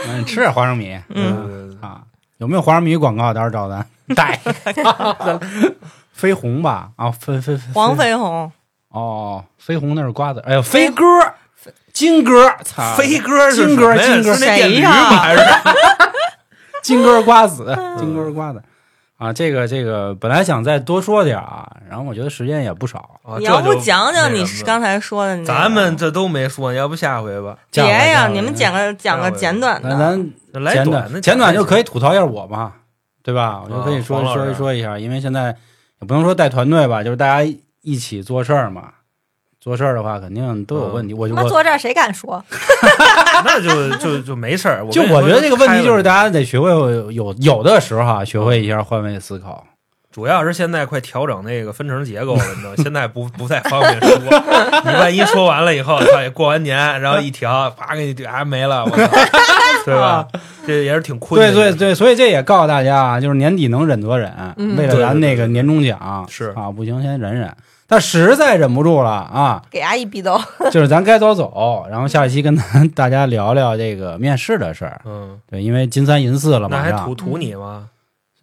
B: 嗯吃点花生米
D: 嗯，
B: 啊，有没有花生米广告？到时候找
D: [LAUGHS]
B: 咱带，飞鸿吧啊，飞飞飞
D: 黄飞
C: 啊
D: 鸿，
B: 哦，飞鸿那是瓜子，哎呦，飞哥，金哥，操，
C: 飞哥是
B: 金哥
C: 什么呀
B: 金哥
C: 是那电
D: 谁
C: 驴
D: 呀
C: 吗？还是
D: [LAUGHS]
B: [LAUGHS] 金哥瓜子，[LAUGHS]
D: 嗯
B: 金哥瓜子。啊，这个这个，本来想再多说点儿啊，然后我觉得时间也不少，
C: 啊
D: 你要
C: 这
D: 不
C: 就
D: 讲讲你
C: 那什么
D: 刚才说的那个，
C: 咱们这都没说，要不下回吧，
B: 下
D: 别
B: 回
D: 呀，
B: 下回
D: 你们讲个讲个
C: 下回
D: 简短
B: 咱
D: 的，
B: 咱
C: 来
B: 简
C: 短的
B: 短简短就可
C: 以。
B: 以吐槽一下我嘛，对吧？我就可以说、
C: 啊黄老
B: 说
C: 师
B: 一说一下，因为现在也不能说带团队吧，就是大家一起做事儿嘛。做事儿的话，肯定都有问
C: 嗯
B: 题。我就
E: 他妈
B: 我
E: 坐这儿谁敢说？
C: [LAUGHS] 那就就就没事儿。
B: 就
C: 我
B: 我觉得这个问题就是
C: 大，
B: 大家得学会有有有的时候啊，学会一下换位思考。
C: 主要是现在快调整那个分成结构了，你知道吗，现在不不太方便说。你万一说完了以后，操，过完年然后一调，啪给你怼啊没了，我操，对
B: [LAUGHS]
C: 吧？这也是挺困
B: 对
C: 难的。
B: 对对，所以这也告诉大家啊，就是年底能忍则忍，
E: 嗯
B: 为了
C: 对
B: 咱
C: 对
B: 那
C: 对
B: 个
C: 对
B: 年终奖
C: 是
B: 啊，不行先忍忍。但实在忍不住了
C: [LAUGHS]
B: 啊，
E: 给阿姨逼兜，
B: 就是咱该走走。然后下一期跟咱大家聊聊这个面试的事儿，
C: 嗯，
B: 对，因为金三银四了，
C: 那
B: 马
C: 还
B: 上
C: 吐吐你吗？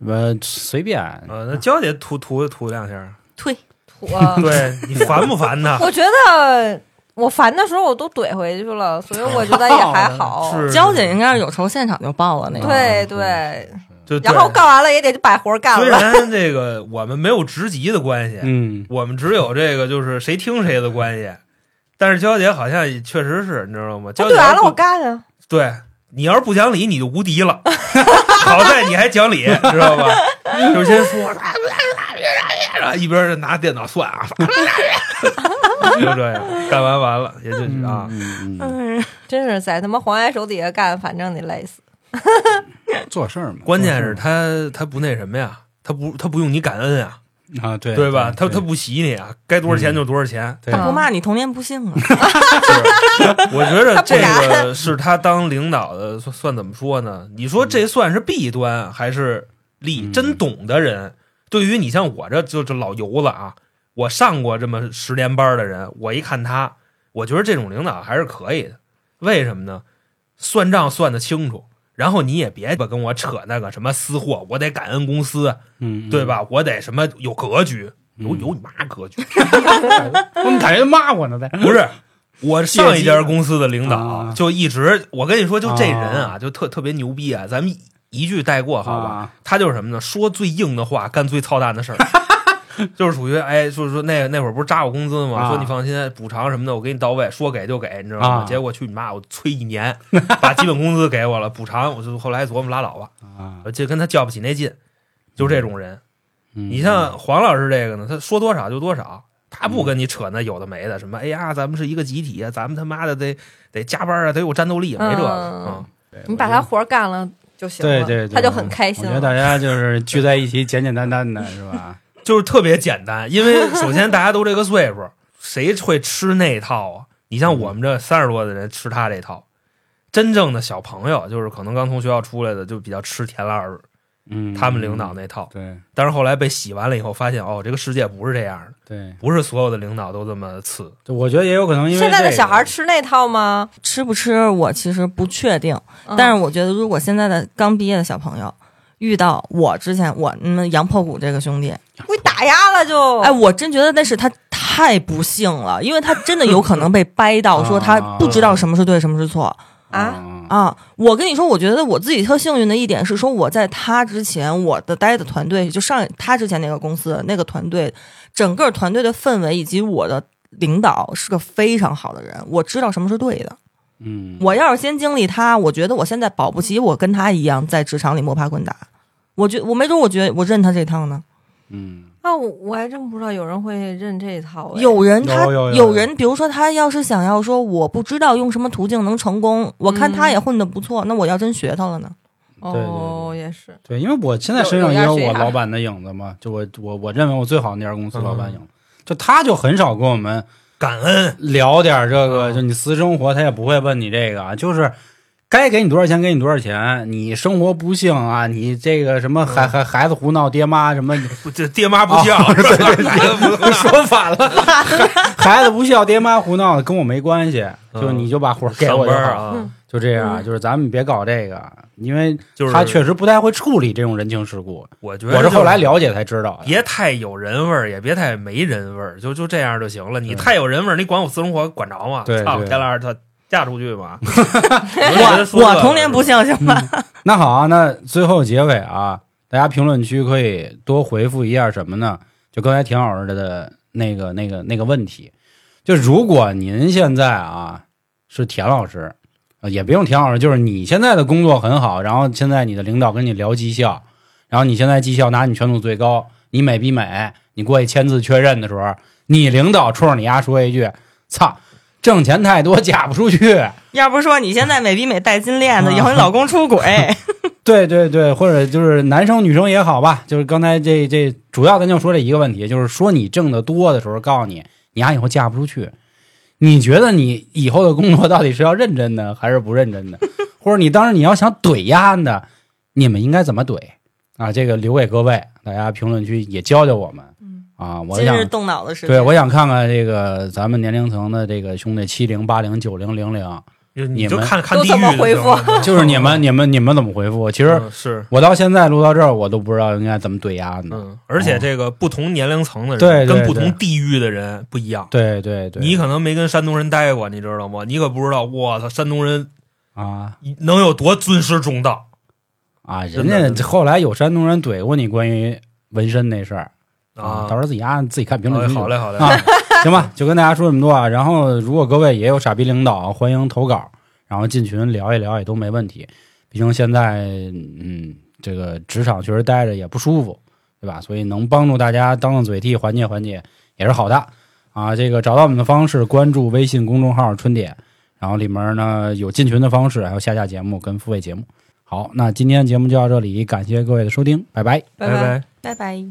B: 呃随便
C: 啊，那娇姐吐吐吐两
B: [LAUGHS]
C: 下，
D: 退，
E: 我
C: [LAUGHS] 对你烦不烦呢？
E: 啊我觉得我烦的时候我都怼回去了，所以我觉得也还好。
C: 哦
B: 哦
C: 是
D: 娇姐应该是有仇现场就报了那个，
E: 对
B: 嗯
E: 对，
C: 就对
E: 然后干完了也得把活儿干
C: 虽
E: 了。
C: 然这个我们没有职级的关系，
B: 嗯，
C: 我们只有这个就是谁听谁的关系。但是娇姐好像也确实是，你知道吗？
E: 我
C: 娇姐
E: 怼完
C: 要
E: 了
C: 不
E: 我干啊，
C: 对你要是不讲理，你就无敌了。好在你还讲理，知道吧？就是先说，然后一边就拿电脑算啊，就这样干完完了，也就是啊，
B: 嗯，嗯嗯
D: 嗯，
E: 真是在他妈黄爷手底下干，反正得累死。
B: 做事儿嘛，
C: 关键
B: 做事
C: 是他他不那什么呀，他不他不用你感恩啊，
B: 儿嘛啊，对
C: 对吧？他他不洗你啊，该多少钱就多少钱。
B: 对
D: 他不骂你童年不幸啊， [LAUGHS]
C: 我觉得这
E: 他不
C: 个是他当领导的算算怎么说呢？你说这算是弊端还是利？
B: 嗯
C: 真懂的人，对于你像我这就这老油子啊，我上过这么十年班的人，我一看他，我觉得这种领导还是可以的。为什么呢？算账算得清楚，然后你也别跟我扯那个什么私货，我得感恩公司，
B: 嗯，嗯
C: 对？吧？我得什么有格局，有
B: 嗯
C: 有你妈格局！
B: 我怎么感觉骂我呢？在
C: 不是，我上一
B: 借
C: 家
B: 机
C: 公司的领导
B: 啊
C: 就一直，我跟你说，就这人啊，
B: 啊
C: 就特特别牛逼啊，咱们一一句带过好吧？
B: 啊，
C: 他就是什么呢？说最硬的话，干最操蛋的事
B: [LAUGHS]
C: 儿。就是属于哎，就是说那那会儿不是扎我工资吗？
B: 啊
C: 说你放心，补偿什么的我给你到位，说给就给，你知道吗？
B: 啊
C: 结果去你妈！我催一年， [LAUGHS] 把基本工资给我了，补偿我就后来琢磨拉倒吧，
B: 啊
C: 我就跟他较不起那劲，就这种人。
B: 嗯嗯
C: 你像黄老师这个呢，他说多少就多少，他不跟你扯那有的没的，什么哎呀，咱们是一个集体，啊咱们他妈的得得加班啊，得有战斗力，没这个
E: 嗯
C: 啊。
E: 你把他活儿干了就行
B: 对
E: 了，
B: 对，对
E: 他就很开心
B: 我觉得大
E: 了。
B: 家就是聚在一起，简简单单的，是吧？
C: 就是特别简单，因为首先大家都这个岁数，谁会吃那套啊？你
B: 嗯
C: 像我们这三十多的人吃他这套，真正的小朋友就是可能刚从学校出来的，就比较吃田老师
B: 嗯，
C: 他们领导那套。
B: 对
C: 但是后来被洗完了以后，发现哦，这个世界不是这样的，
B: 对，
C: 不是所有的领导都这么次。
B: 对我觉得也有可能因为
E: 现在的
B: 这
E: 小
B: 个
E: 孩吃那套吗？嗯
D: 吃不吃我其实不确定，但是我觉得如果现在的刚毕业的小朋友，遇到我之前我们杨破谷这个兄弟，
E: 被打压了
B: 哦
E: 就
D: 哎，我真觉得那是他太不幸了，因为他真的有可能被掰到，说
B: [LAUGHS]
D: 他不知道什么是对，什么是错。
E: 啊，
B: 啊嗯
D: 啊，我跟你说，我觉得我自己特幸运的一点是说，我在他之前，我的待的团队就上他之前那个公司那个团队，整个团队的氛围以及我的领导是个非常好的人，我知道什么是对的。
B: 嗯，
D: 我要是先经历他，我觉得我现在保不齐我跟他一样在职场里摸爬滚打，我觉我没准我觉得我认他这趟呢。
B: 嗯
E: 啊，我我还真不知道有人会认这套、哎。
D: 有人他
B: 有有有
D: 人，比如说他要是想要说我不知道用什么途径能成功，我看他也混得不错，那我要真学他了呢。
B: 对
E: 哦，也是，
B: 对，因为我现在身上
E: 有有
B: 也
E: 样
B: 有
E: 学
B: 我
E: 样
B: 老板的影子嘛，就我我我认为我最好的那家公司
C: 嗯
B: 老板影子，就他就很少跟我们
C: 感恩，
B: 聊点这个，
C: 嗯
B: 就你私生活，他也不会问你这个啊，就是该给你多少钱给你多少钱，你生活不幸啊，你这个什么
C: 嗯
B: 孩孩孩子胡闹，爹妈
C: [LAUGHS]
B: 什么，你
C: 不这爹妈
B: 哦
C: 不孝，是吧 [LAUGHS] 孩子不
B: 说反
C: [LAUGHS]
B: 了，孩子不孝，爹妈胡闹，跟我没关系，
C: 嗯
B: 就你就把活儿给
C: 上
B: 我就
C: 班
B: 好，
C: 啊
E: 嗯，
B: 就这样，
E: 嗯
B: 就是咱们别搞这个，因为
C: 就是
B: 他确实不太会处理这种人情世故，
C: 我觉得
B: 我是
C: 就是
B: 后来了解才知道的，
C: 别太有人味儿，也别太没人味儿，就就这样就行了。你
B: 对
C: 太有人味儿，你管我私生活管着吗？
B: 对
C: 操，
B: 对
C: 天老师他嫁出
B: [LAUGHS]
C: 去吧。
D: 我我童年不
C: 幸，
D: 幸，行吧？
B: 那好啊，那最后结尾啊，大家评论区可以多回复一下什么呢？就刚才田老师的那个、那个、那个问题，就如果您现在啊是田老师，呃也不用田老师，就是你现在的工作很好，然后现在你的领导跟你聊绩效，然后你现在绩效拿你全组最高，你美比美，你过去签字确认的时候，你领导冲着你丫说一句：“操，挣钱太多，嫁不出去。”
D: 要不说你现在美比美戴金链子，
B: 啊
D: 以后你老公出轨，
B: 对对对，或者就是男生女生也好吧，就是刚才这这主要咱就说这一个问题，就是说你挣得多的时候，告诉你你丫以后嫁不出去，你觉得你以后的工作到底是要认真的还是不认真的， [LAUGHS] 或者你当时你要想怼丫的，你们应该怎么怼啊？这个留给各位，大家评论区也教教我们啊！我
D: 嗯今
B: 想
D: 日动脑子是
B: 对我想看看这个咱们年龄层的这个兄弟七零八零九零零零，
C: 你
B: 你
C: 你就
B: 们
C: 看看
E: 都
C: 地
E: 怎么
C: 狱
E: 回
C: 就行
B: [LAUGHS]
C: 了
B: 就是
C: [LAUGHS]
B: 你们你们你们怎么回复？其实。
C: 嗯是。
B: 我到现在录到这儿，我都不知道应该怎么对啊压呢。
C: 嗯，而且这个不同年龄层的
B: 对对
C: 人跟不
B: 对
C: 同地域的人不一样，
B: 对对对，
C: 你可能没跟山东人待过，你知道吗？你可不知道，我操，山东人
B: 啊
C: 能有多尊师重道？
B: 啊，
C: 真的
B: 人家后来有山东人怼过你关于纹身那事儿
C: 啊
B: 到时候自己压自己看评论
C: 哎
B: 区去。
C: 好嘞，好嘞，
B: 啊，行吧，就跟大家说这么多啊。然后，如果各位也有傻逼领导，欢迎投稿，然后进群聊一聊也都没问题。毕竟现在，嗯，这个职场确实待着也不舒服，对吧？所以能帮助大家当当嘴替，缓解缓解也是好的啊。这个找到我们的方式，关注微信公众号“春点”，然后里面呢有进群的方式，还有下架节目跟付费节目。好，那今天节目就到这里，感谢各位的收听，拜拜。
E: 拜
C: 拜。
D: [LAUGHS] 拜拜。